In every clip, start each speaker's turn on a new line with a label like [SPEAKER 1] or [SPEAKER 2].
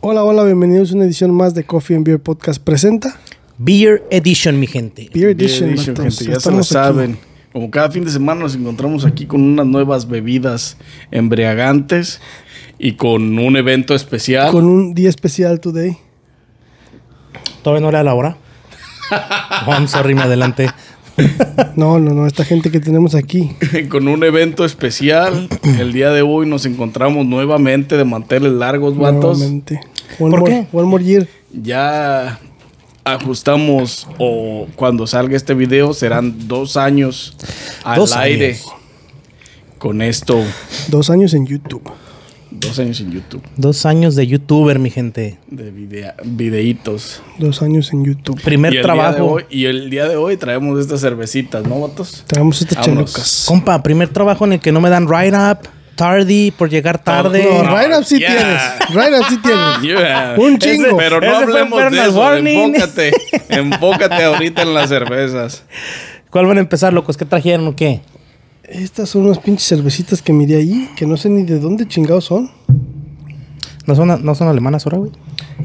[SPEAKER 1] Hola, hola, bienvenidos a una edición más de Coffee and Beer Podcast presenta.
[SPEAKER 2] Beer Edition, mi gente.
[SPEAKER 1] Beer
[SPEAKER 3] Beer
[SPEAKER 1] Edition,
[SPEAKER 3] Edition,
[SPEAKER 1] vatos.
[SPEAKER 3] gente, ya se lo
[SPEAKER 1] Estamos aquí.
[SPEAKER 3] saben. Como cada fin de semana nos encontramos aquí con unas nuevas bebidas embriagantes y con un evento especial.
[SPEAKER 1] Con un día especial today.
[SPEAKER 2] Todavía no era la hora. Oh, I'm sorry, me adelante.
[SPEAKER 1] No, no, no, esta gente que tenemos aquí.
[SPEAKER 3] con un evento especial. El día de hoy nos encontramos nuevamente de manteles largos, vatos.
[SPEAKER 1] nuevamente. One
[SPEAKER 2] ¿Por
[SPEAKER 1] more-
[SPEAKER 2] qué?
[SPEAKER 1] One more year.
[SPEAKER 3] Ya ajustamos o cuando salga este video serán dos años al
[SPEAKER 2] Dos
[SPEAKER 3] aire.
[SPEAKER 2] años.
[SPEAKER 3] Con esto,
[SPEAKER 1] Dos años en YouTube.
[SPEAKER 3] dos años en YouTube
[SPEAKER 2] Dos años de youtuber, mi gente.
[SPEAKER 3] de videa- videitos.
[SPEAKER 1] Dos años en YouTube.
[SPEAKER 3] Y
[SPEAKER 2] Primer
[SPEAKER 3] el día de
[SPEAKER 2] trabajo.
[SPEAKER 3] hoy- y el día de hoy traemos estas cervecitas, ¿no, vatos?
[SPEAKER 1] Traemos estas
[SPEAKER 3] Vámonos.
[SPEAKER 1] chalucas.
[SPEAKER 2] Compa, primer trabajo en el que no me dan ride up, tardy, por llegar tarde.
[SPEAKER 1] No, right up sí
[SPEAKER 3] Yeah.
[SPEAKER 1] tienes. Right up sí tienes.
[SPEAKER 3] Yeah.
[SPEAKER 1] Un chingo.
[SPEAKER 3] Ese- pero
[SPEAKER 2] Ese
[SPEAKER 3] no
[SPEAKER 2] fue
[SPEAKER 3] hablemos de
[SPEAKER 2] Bernard
[SPEAKER 3] eso.
[SPEAKER 2] Warning.
[SPEAKER 3] Enfócate. Enfócate ahorita en las cervezas.
[SPEAKER 2] ¿Cuál van a empezar, locos? ¿Qué trajeron o qué?
[SPEAKER 1] Estas son unas pinches cervecitas que miré ahí, que no sé ni de dónde chingados son.
[SPEAKER 2] ¿No son, no son alemanas ahora, güey?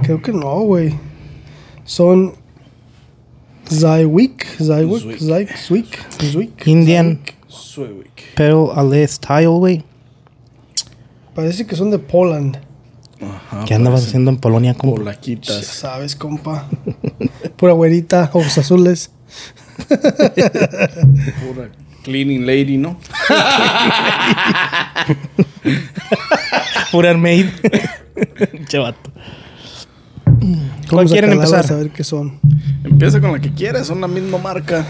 [SPEAKER 1] Creo que no, güey. Son Zywick, Zywick,
[SPEAKER 3] Zwick.
[SPEAKER 1] Zywick, Zwick, Zwick.
[SPEAKER 2] Indian
[SPEAKER 3] Suewick.
[SPEAKER 2] Pale Ale Style, güey.
[SPEAKER 1] Parece que son de Poland.
[SPEAKER 3] Ajá.
[SPEAKER 2] ¿Qué andabas haciendo en Polonia,
[SPEAKER 1] Ya
[SPEAKER 2] compa?
[SPEAKER 3] Polaquitas.
[SPEAKER 1] sabes, compa. Pura güerita, ojos azules.
[SPEAKER 3] Pura cleaning lady, ¿no?
[SPEAKER 2] Pura Hermaid. che vato. ¿Cuál
[SPEAKER 1] Vamos a
[SPEAKER 2] quieren
[SPEAKER 1] calarlas
[SPEAKER 2] empezar?
[SPEAKER 1] A ver qué son.
[SPEAKER 3] Empieza con la que quieras. Son la misma marca.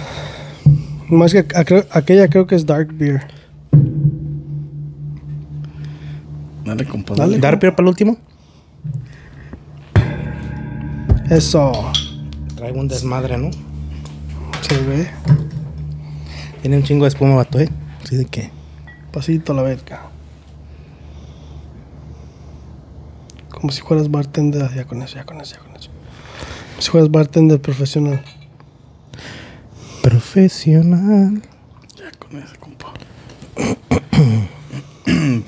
[SPEAKER 1] Más que a- creo- aquella creo que es Dark Beer.
[SPEAKER 3] Dale, compa.
[SPEAKER 1] Dale.
[SPEAKER 3] Dale.
[SPEAKER 2] ¿Dar pie para el último?
[SPEAKER 1] Eso.
[SPEAKER 2] Traigo un desmadre, ¿no?
[SPEAKER 1] Se ve.
[SPEAKER 2] Tiene un chingo de espuma, vato, ¿eh? Así de que...
[SPEAKER 1] Pasito a la verga. Como si fueras bartender. Ya con eso, ya con eso, ya con eso. Como si fueras bartender profesional.
[SPEAKER 2] Profesional.
[SPEAKER 3] Ya con esa, compa.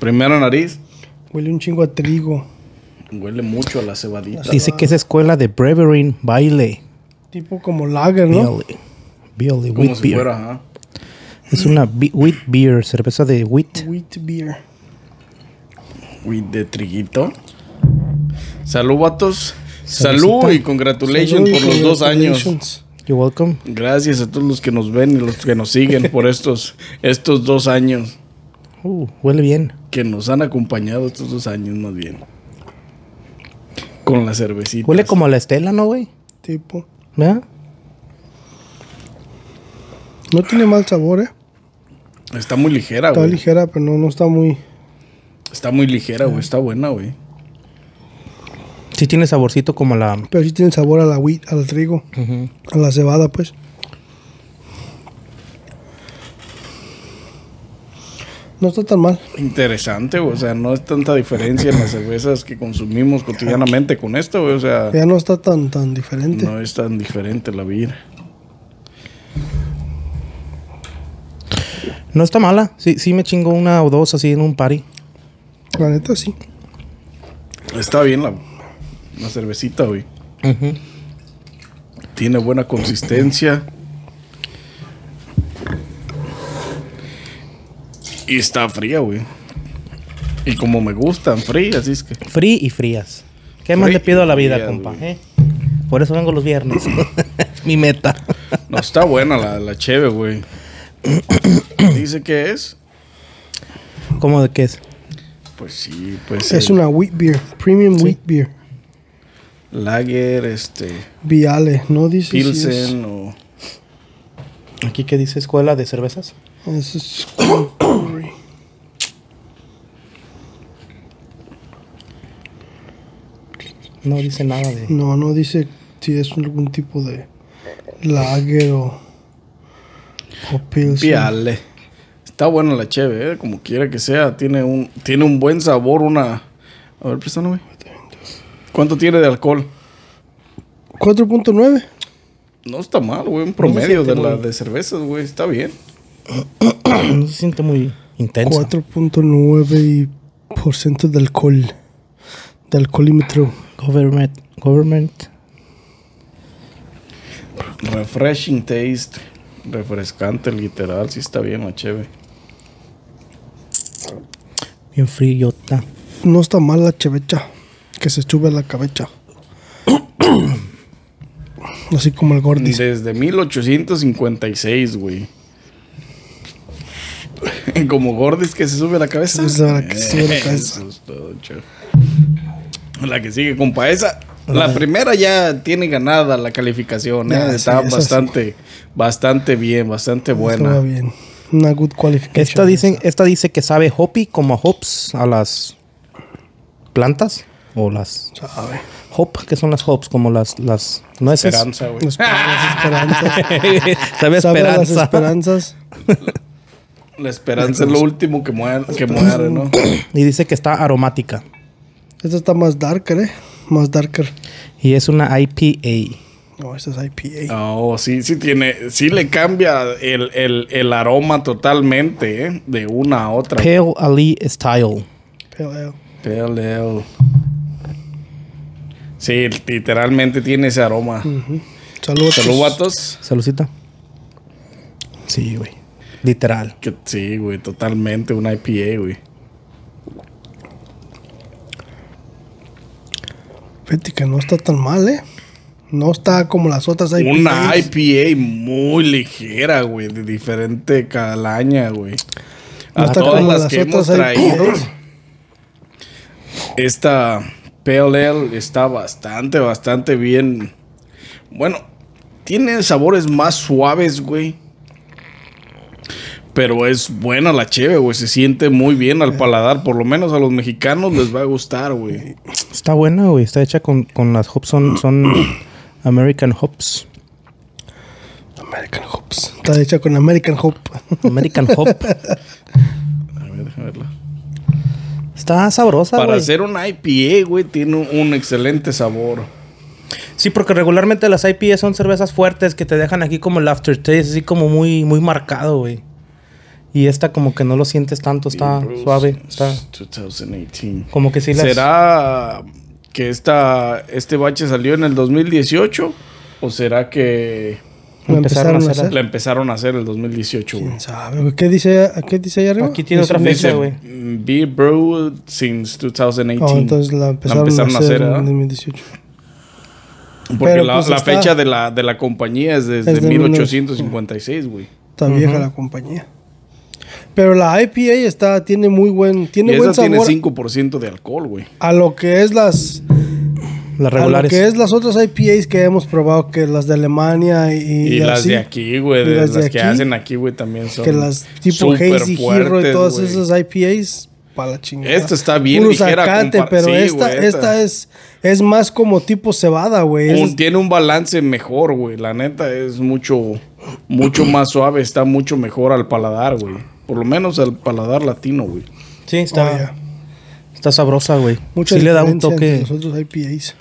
[SPEAKER 3] Primera nariz.
[SPEAKER 1] Huele un chingo a trigo.
[SPEAKER 3] Huele mucho a la cebadita.
[SPEAKER 2] Dice que es escuela de Brevering Baile.
[SPEAKER 1] Tipo como lager, ¿no?
[SPEAKER 2] Baile. Baile,
[SPEAKER 3] Como
[SPEAKER 2] wheat
[SPEAKER 3] si
[SPEAKER 2] beer.
[SPEAKER 3] fuera, ajá.
[SPEAKER 2] Es una bi- wheat beer, cerveza de wheat.
[SPEAKER 1] Wheat beer.
[SPEAKER 3] Uy, de triguito. Salud, vatos. Salud y congratulations por los dos años.
[SPEAKER 1] Congratulations.
[SPEAKER 2] You're welcome.
[SPEAKER 3] Gracias a todos los que nos ven y los que nos siguen por estos, estos dos años.
[SPEAKER 2] Uh, huele bien.
[SPEAKER 3] Que nos han acompañado estos dos años más bien. Con la cervecita.
[SPEAKER 2] Huele como a la estela, ¿no, güey?
[SPEAKER 1] Tipo.
[SPEAKER 2] ¿Verdad?
[SPEAKER 1] No tiene mal sabor, ¿eh?
[SPEAKER 3] Está muy ligera,
[SPEAKER 1] Está
[SPEAKER 3] Ah, güey.
[SPEAKER 1] ligera, pero no, no está muy...
[SPEAKER 3] está muy ligera, güey. Está buena, güey.
[SPEAKER 2] Sí tiene saborcito como la...
[SPEAKER 1] Pero sí tiene sabor a la wheat, al trigo, a la cebada, pues. No está tan mal.
[SPEAKER 3] Interesante, güey. O sea, no es tanta diferencia en las cervezas que consumimos cotidianamente con esto, güey. O sea,
[SPEAKER 1] Ya no está tan tan diferente.
[SPEAKER 3] no es tan diferente la vida.
[SPEAKER 2] No está mala. Sí, sí me chingo una o dos así en un party.
[SPEAKER 1] La neta sí.
[SPEAKER 3] Está bien la, la cervecita, güey. Tiene buena consistencia. Y está fría, güey. Y como me gustan, fría, así es que.
[SPEAKER 2] Free y frías. ¿Qué más
[SPEAKER 3] Free
[SPEAKER 2] le pido a la
[SPEAKER 3] y
[SPEAKER 2] vida,
[SPEAKER 3] frías,
[SPEAKER 2] compa?
[SPEAKER 3] güey.
[SPEAKER 2] eh? Por eso vengo los viernes. Es mi meta.
[SPEAKER 3] No, está buena la, la cheve, güey. Dice que es.
[SPEAKER 2] ¿Cómo de qué es?
[SPEAKER 3] Pues sí, pues.
[SPEAKER 1] Es
[SPEAKER 3] el
[SPEAKER 1] una wheat beer, premium wheat beer.
[SPEAKER 3] Lager, este.
[SPEAKER 1] Viale, no dice si es-
[SPEAKER 3] Pilsen o.
[SPEAKER 2] ¿Aquí qué dice? ¿Escuela de cervezas?
[SPEAKER 1] Eso es Brewery.
[SPEAKER 2] No dice nada de...
[SPEAKER 1] No, no dice si es algún tipo de lager o, o pilsen.
[SPEAKER 3] Piale. Está buena la cheve, eh, como quiera que sea. Tiene un, tiene un buen sabor, una... A ver, préstame. ¿Cuánto tiene de alcohol?
[SPEAKER 1] 4.9.
[SPEAKER 3] No está mal, güey. Un promedio de la de cervezas, güey. Está bien.
[SPEAKER 2] No se siente muy intenso.
[SPEAKER 1] 4.9% de alcohol. de alcoholímetro.
[SPEAKER 2] Government. Government.
[SPEAKER 3] Refreshing taste. Refrescante, literal. Sí está bien la cheve.
[SPEAKER 2] Bien frillota.
[SPEAKER 1] No está mal la chevecha, que se sube a la cabeza. Así como el gordis.
[SPEAKER 3] Desde 1856, güey. Como gordis que se sube la cabeza.
[SPEAKER 1] Es la que se sube la cabeza.
[SPEAKER 3] Eso es todo, chef. La que sigue, compa. Esa, la primera ya tiene ganada la calificación. ¿eh?
[SPEAKER 1] Ah, sí,
[SPEAKER 3] Está
[SPEAKER 1] esa sí.
[SPEAKER 3] bastante, bastante bien, bastante
[SPEAKER 1] Estaba
[SPEAKER 3] buena.
[SPEAKER 1] bien. Una good qualification.
[SPEAKER 2] Esta, dicen, esta dice que sabe hoppy como hops a las plantas o las
[SPEAKER 1] Sabe.
[SPEAKER 2] hop, que son las hops, como las, las nueces.
[SPEAKER 3] Esperanza, güey.
[SPEAKER 1] Las palabras, esperanzas.
[SPEAKER 2] sabe a
[SPEAKER 1] Sabe a las
[SPEAKER 2] esperanza.
[SPEAKER 1] esperanzas.
[SPEAKER 3] La esperanza es lo último que muere, que muere ¿no?
[SPEAKER 2] y dice que está aromática.
[SPEAKER 1] Esta está más darker, ¿eh? Más darker.
[SPEAKER 2] Y es una IPA.
[SPEAKER 1] No, esta es
[SPEAKER 2] Ah.
[SPEAKER 1] IPA.
[SPEAKER 3] No, Ah, oh, sí, sí tiene, sí le cambia el, el, el aroma totalmente, ¿eh? De una a otra.
[SPEAKER 2] Pale Ali Style.
[SPEAKER 1] Pale ale.
[SPEAKER 3] Pale ale. Sí, literalmente tiene ese aroma.
[SPEAKER 1] Saludos. pues.
[SPEAKER 3] Salud, vatos.
[SPEAKER 2] Salucita. Sí, güey. Literal.
[SPEAKER 3] Que, sí, güey, totalmente una IPA, güey.
[SPEAKER 1] Fíjate que no está tan mal, ¿eh? No está como las otras IPAs.
[SPEAKER 3] Una IPA muy ligera, güey, de diferente calaña, güey. A
[SPEAKER 1] Hasta
[SPEAKER 3] todas
[SPEAKER 1] como
[SPEAKER 3] las,
[SPEAKER 1] las
[SPEAKER 3] que hemos
[SPEAKER 1] otras hay-
[SPEAKER 3] traído. Esta Pale Ale está bastante, bastante bien. Bueno, tiene sabores más suaves, güey. Pero es buena la cheve, güey. Se siente muy bien al paladar. Por lo menos a los mexicanos les va a gustar, güey.
[SPEAKER 2] Está buena, güey. Está hecha con, con las hops. Son, son American hops.
[SPEAKER 1] American Hops. Está hecha con American Hope.
[SPEAKER 2] American hop.
[SPEAKER 3] A ver, déjame verla.
[SPEAKER 2] Está sabrosa, güey.
[SPEAKER 3] Para hacer un IPA, güey, tiene un- un excelente sabor.
[SPEAKER 2] Sí, porque regularmente las IPA son cervezas fuertes que te dejan aquí como el aftertaste, así como muy, muy marcado, güey. Y esta como que no lo sientes tanto, está
[SPEAKER 3] Bruce,
[SPEAKER 2] suave. Está
[SPEAKER 3] 2018.
[SPEAKER 2] como que sí las...
[SPEAKER 3] ¿Será que esta, este bache salió en el 2018? ¿O será que
[SPEAKER 1] Lo
[SPEAKER 2] Empezaron a
[SPEAKER 1] empezaron a
[SPEAKER 2] hacer-
[SPEAKER 1] hacer.
[SPEAKER 3] la empezaron a hacer el 2018, güey?
[SPEAKER 1] ¿Quién sabe? güey? ¿Qué dice, ¿Qué dice ahí arriba?
[SPEAKER 2] Aquí tiene otra
[SPEAKER 1] Dice-
[SPEAKER 2] fecha, güey.
[SPEAKER 3] Mm, Be brewed since 2018.
[SPEAKER 1] Oh, entonces la empezaron, a hacer en
[SPEAKER 3] ¿verdad?
[SPEAKER 1] 2018.
[SPEAKER 3] Porque
[SPEAKER 1] Pero,
[SPEAKER 3] la,
[SPEAKER 1] pues,
[SPEAKER 3] la
[SPEAKER 1] está-
[SPEAKER 3] fecha de la, de la compañía es desde
[SPEAKER 1] Es de
[SPEAKER 3] 1856, güey.
[SPEAKER 1] Está vieja la compañía. Pero la IPA está, tiene muy buen,
[SPEAKER 3] Y
[SPEAKER 1] tiene buen
[SPEAKER 3] esa
[SPEAKER 1] sabor
[SPEAKER 3] tiene 5% de alcohol, güey.
[SPEAKER 1] a lo que es las
[SPEAKER 2] las
[SPEAKER 1] a lo
[SPEAKER 2] regulares.
[SPEAKER 1] que es las otras IPAs que hemos probado, que las de Alemania y,
[SPEAKER 3] Y,
[SPEAKER 1] y
[SPEAKER 3] las
[SPEAKER 1] así,
[SPEAKER 3] de aquí, güey,
[SPEAKER 1] Y
[SPEAKER 3] de- las,
[SPEAKER 1] las de
[SPEAKER 3] que
[SPEAKER 1] aquí,
[SPEAKER 3] hacen aquí, güey, también son.
[SPEAKER 1] que las tipo
[SPEAKER 3] súper
[SPEAKER 1] Hazy Hero y
[SPEAKER 3] fuertes,
[SPEAKER 1] todas
[SPEAKER 3] güey.
[SPEAKER 1] esas IPAs para la chingada.
[SPEAKER 3] Esta está bien
[SPEAKER 1] Puro
[SPEAKER 3] ligera
[SPEAKER 1] zacate,
[SPEAKER 3] compar-
[SPEAKER 1] pero
[SPEAKER 3] sí,
[SPEAKER 1] esta,
[SPEAKER 3] güey,
[SPEAKER 1] esta
[SPEAKER 3] esta.
[SPEAKER 1] es es más como tipo cebada, güey.
[SPEAKER 3] Un-
[SPEAKER 1] Esa es-
[SPEAKER 3] tiene un balance mejor, güey. La neta es mucho, mucho más suave, está mucho mejor al paladar, güey. Por lo menos al paladar latino, güey.
[SPEAKER 2] Sí,
[SPEAKER 1] Oh,
[SPEAKER 2] está,
[SPEAKER 1] ya.
[SPEAKER 2] está sabrosa, güey.
[SPEAKER 1] Mucha
[SPEAKER 2] Sí le da un
[SPEAKER 1] diferencia entre
[SPEAKER 2] toque.
[SPEAKER 1] Los otros IPAs.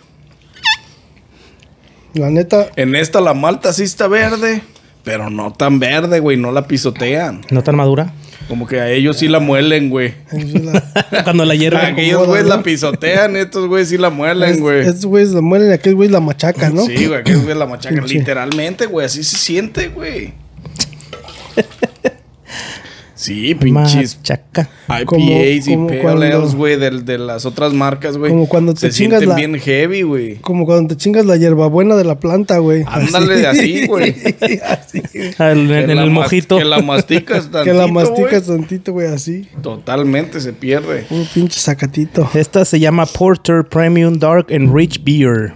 [SPEAKER 1] La neta,
[SPEAKER 3] En esta la malta sí está verde, pero no tan verde, güey. No la pisotean.
[SPEAKER 2] No tan madura.
[SPEAKER 3] Como que a ellos sí la muelen, güey.
[SPEAKER 1] es la-
[SPEAKER 2] Cuando la hierven.
[SPEAKER 3] Aquellos
[SPEAKER 1] acomodan,
[SPEAKER 3] güeyes
[SPEAKER 1] ¿no?
[SPEAKER 3] la pisotean, estos güeyes sí la muelen,
[SPEAKER 1] es-
[SPEAKER 3] güey.
[SPEAKER 1] estos güeyes la muelen y aquel güey la machaca, ¿no?
[SPEAKER 3] Sí, güey, aquellos güeyes la machacan.
[SPEAKER 1] Pinche.
[SPEAKER 3] Literalmente, güey, así se siente, güey. Sí, pinches
[SPEAKER 2] Machaca.
[SPEAKER 1] Como-
[SPEAKER 3] IPAs y
[SPEAKER 1] como
[SPEAKER 3] Pale
[SPEAKER 1] cuando-
[SPEAKER 3] Ales, güey, del- de, las otras marcas, güey.
[SPEAKER 1] Como cuando te
[SPEAKER 3] Se
[SPEAKER 1] chingas
[SPEAKER 3] sienten
[SPEAKER 1] la-
[SPEAKER 3] bien heavy, güey.
[SPEAKER 1] Como cuando te chingas la hierbabuena de la planta, güey.
[SPEAKER 3] Ándale así, güey.
[SPEAKER 1] Así.
[SPEAKER 2] Ah, En, en
[SPEAKER 3] Que la
[SPEAKER 2] el
[SPEAKER 3] mas-
[SPEAKER 2] mojito.
[SPEAKER 3] Que la masticas tantito,
[SPEAKER 1] que la masticas
[SPEAKER 3] güey.
[SPEAKER 1] tantito, güey, así.
[SPEAKER 3] Totalmente se pierde.
[SPEAKER 1] Un pinche sacatito.
[SPEAKER 2] Esta se llama Porter Premium Dark and Rich Beer.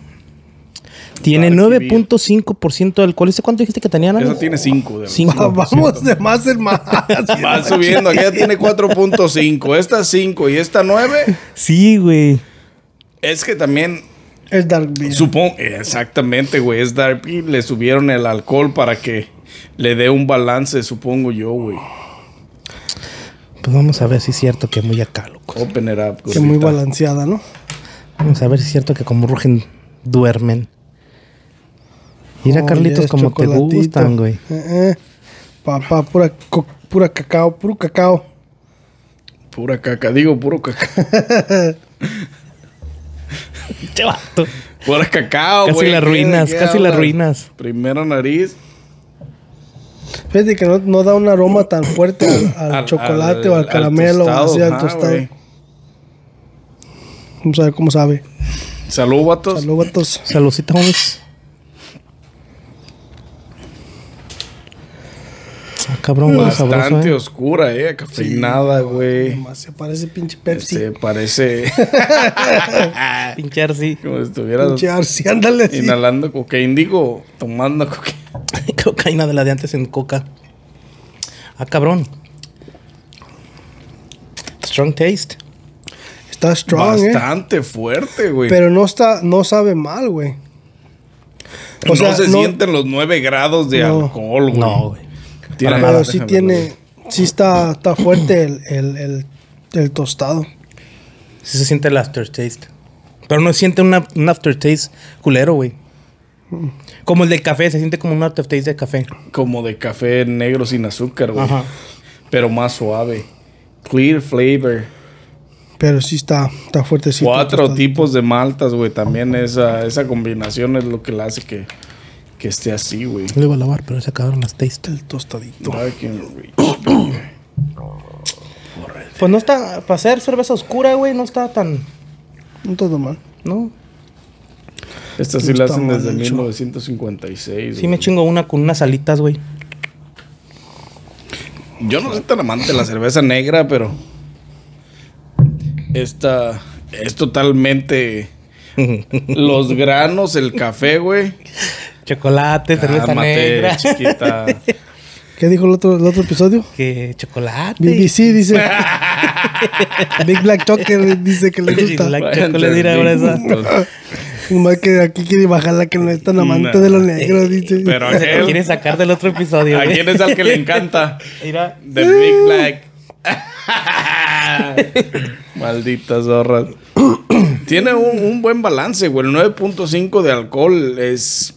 [SPEAKER 2] Tiene
[SPEAKER 3] Dark Beer.
[SPEAKER 2] 9.5% de alcohol. ¿Ese cuánto dijiste que tenían? Ana?
[SPEAKER 3] Esa tiene 5. de
[SPEAKER 2] Cinco.
[SPEAKER 1] Ah, Vamos de más en más.
[SPEAKER 3] Va pues, subiendo. Aquella tiene 4.5. Esta 5 y esta 9.
[SPEAKER 2] Sí, güey.
[SPEAKER 3] Es que también
[SPEAKER 1] es Dark Beer.
[SPEAKER 3] Supongo, exactamente, güey. Es Dark y le subieron el alcohol para que le dé un balance, supongo yo, güey.
[SPEAKER 2] Pues vamos a ver si es cierto que muy acá, loco.
[SPEAKER 3] Open it up,
[SPEAKER 1] que muy
[SPEAKER 3] gordita.
[SPEAKER 1] balanceada, ¿no?
[SPEAKER 2] Vamos a ver si es cierto que como rugen, duermen. Mira,
[SPEAKER 1] Oh, ya
[SPEAKER 2] Carlitos,
[SPEAKER 1] es
[SPEAKER 2] como te
[SPEAKER 1] chocolatito.
[SPEAKER 2] gustan, güey.
[SPEAKER 1] Eh, eh. Papá, pura, co- pura cacao, puro cacao.
[SPEAKER 3] Pura caca, digo puro caca.
[SPEAKER 2] Che vato.
[SPEAKER 3] Pura cacao,
[SPEAKER 2] Casi
[SPEAKER 3] güey.
[SPEAKER 2] la
[SPEAKER 3] ¿Qué-
[SPEAKER 2] arruinas,
[SPEAKER 3] qué
[SPEAKER 2] casi la
[SPEAKER 3] hablas?
[SPEAKER 2] arruinas.
[SPEAKER 3] Primera nariz.
[SPEAKER 1] Fíjate que no, no da un aroma tan fuerte al, al
[SPEAKER 3] Al-
[SPEAKER 1] chocolate o al caramelo
[SPEAKER 3] tostado,
[SPEAKER 1] o así al
[SPEAKER 3] ajá,
[SPEAKER 1] tostado.
[SPEAKER 3] güey.
[SPEAKER 1] Vamos a ver cómo sabe.
[SPEAKER 3] Salud, vatos.
[SPEAKER 1] Salud, vatos.
[SPEAKER 2] Saludcita, homies. Ah, cabrón, güey, sabroso,
[SPEAKER 3] Bastante
[SPEAKER 2] eh.
[SPEAKER 3] oscura, eh. Cafeinada, güey.
[SPEAKER 1] Más se parece pinche Pepsi.
[SPEAKER 3] Se Este, parece
[SPEAKER 2] eh. Pinchar, sí.
[SPEAKER 3] como si estuvieras
[SPEAKER 1] Pinche Arce, ándale así.
[SPEAKER 3] inhalando cocaína. Digo, tomando cocaína.
[SPEAKER 2] Cocaína de la de antes en coca. Ah, cabrón. Strong taste.
[SPEAKER 1] Está strong, eh.
[SPEAKER 3] Bastante fuerte, güey.
[SPEAKER 1] Pero no está, no sabe mal, güey. o
[SPEAKER 3] no
[SPEAKER 1] sea,
[SPEAKER 3] se
[SPEAKER 1] no-
[SPEAKER 3] sienten los 9 grados de
[SPEAKER 1] No.
[SPEAKER 3] alcohol, güey.
[SPEAKER 2] No, güey.
[SPEAKER 3] Tiene-
[SPEAKER 1] Pero sí
[SPEAKER 3] déjame
[SPEAKER 1] tiene,
[SPEAKER 3] ver.
[SPEAKER 1] sí está, está fuerte el, el, el, el tostado.
[SPEAKER 2] Sí se siente el aftertaste. Pero no se siente una- un aftertaste culero, güey. Como el del café, se siente como un aftertaste de café.
[SPEAKER 3] Como de café negro sin azúcar, güey.
[SPEAKER 2] Ajá.
[SPEAKER 3] Pero más suave. Clear flavor.
[SPEAKER 1] Pero sí está, está fuertecito. el
[SPEAKER 3] Cuatro
[SPEAKER 1] tostado.
[SPEAKER 3] tipos de maltas, güey. También esa, esa combinación es lo que la hace que, que esté así, güey.
[SPEAKER 2] Lo iba a lavar, pero se acabaron las tastes.
[SPEAKER 1] El tostadito.
[SPEAKER 3] Fucking rich.
[SPEAKER 2] Pues no está, para hacer cerveza oscura, güey, no está tan,
[SPEAKER 1] No todo mal.
[SPEAKER 2] ¿no?
[SPEAKER 3] Esta sí
[SPEAKER 1] No
[SPEAKER 3] la
[SPEAKER 1] está
[SPEAKER 3] hacen
[SPEAKER 1] mal
[SPEAKER 3] desde
[SPEAKER 1] hecho.
[SPEAKER 3] 1956.
[SPEAKER 2] Sí
[SPEAKER 3] güey.
[SPEAKER 2] me chingo una con unas alitas, güey.
[SPEAKER 3] Yo no soy tan amante de la cerveza negra, pero. Esta es totalmente. Los granos, el café, güey.
[SPEAKER 2] Chocolate, cerveza
[SPEAKER 3] Cálmate,
[SPEAKER 2] negra.
[SPEAKER 3] chiquita.
[SPEAKER 1] ¿Qué dijo el otro, el otro episodio?
[SPEAKER 2] que chocolate.
[SPEAKER 1] BBC dice. Big Black Choker dice que le gusta.
[SPEAKER 2] Black-
[SPEAKER 3] Vayan
[SPEAKER 2] Chocolate
[SPEAKER 3] tres
[SPEAKER 2] era ahora esa.
[SPEAKER 3] minutos.
[SPEAKER 1] Más que aquí quiere bajarla que no es tan amante de lo negro, dice.
[SPEAKER 3] Pero
[SPEAKER 2] Se te quiere
[SPEAKER 3] aquel,
[SPEAKER 2] sacar del otro episodio,
[SPEAKER 3] ¿a
[SPEAKER 2] güey.
[SPEAKER 3] quién es al que le encanta?
[SPEAKER 2] Mira,
[SPEAKER 3] The Big Black. Malditas zorras. Tiene un, un buen balance, güey. El 9.5 de alcohol es.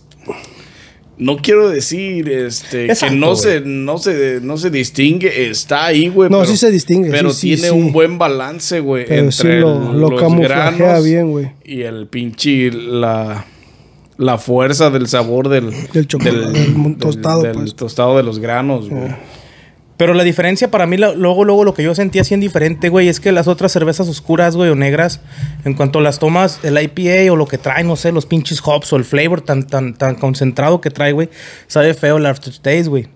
[SPEAKER 3] No quiero decir este,
[SPEAKER 2] Es
[SPEAKER 3] que
[SPEAKER 2] alto,
[SPEAKER 3] no
[SPEAKER 2] güey.
[SPEAKER 3] se, no, se, no se distingue. Está ahí, güey.
[SPEAKER 1] No, sí se distingue,
[SPEAKER 3] Pero
[SPEAKER 1] sí, sí,
[SPEAKER 3] tiene
[SPEAKER 1] sí.
[SPEAKER 3] un buen balance, güey.
[SPEAKER 1] Pero sí
[SPEAKER 3] entre
[SPEAKER 1] lo-
[SPEAKER 3] el-
[SPEAKER 1] lo
[SPEAKER 3] los
[SPEAKER 1] camuflajea
[SPEAKER 3] granos
[SPEAKER 1] bien, güey.
[SPEAKER 3] Y el pinche. La, la fuerza del sabor del.
[SPEAKER 1] Del chocolate, del tostado,
[SPEAKER 3] del
[SPEAKER 1] pues. Ah.
[SPEAKER 3] tostado de los granos, güey.
[SPEAKER 2] Pero la diferencia para mí, la- luego, luego lo que yo sentía así en diferente, güey, es que las otras cervezas oscuras, güey, o negras, en cuanto las tomas, el IPA o lo que trae, no sé, los pinches hops o el flavor tan, tan, tan concentrado que trae, güey, sabe feo el aftertaste, güey.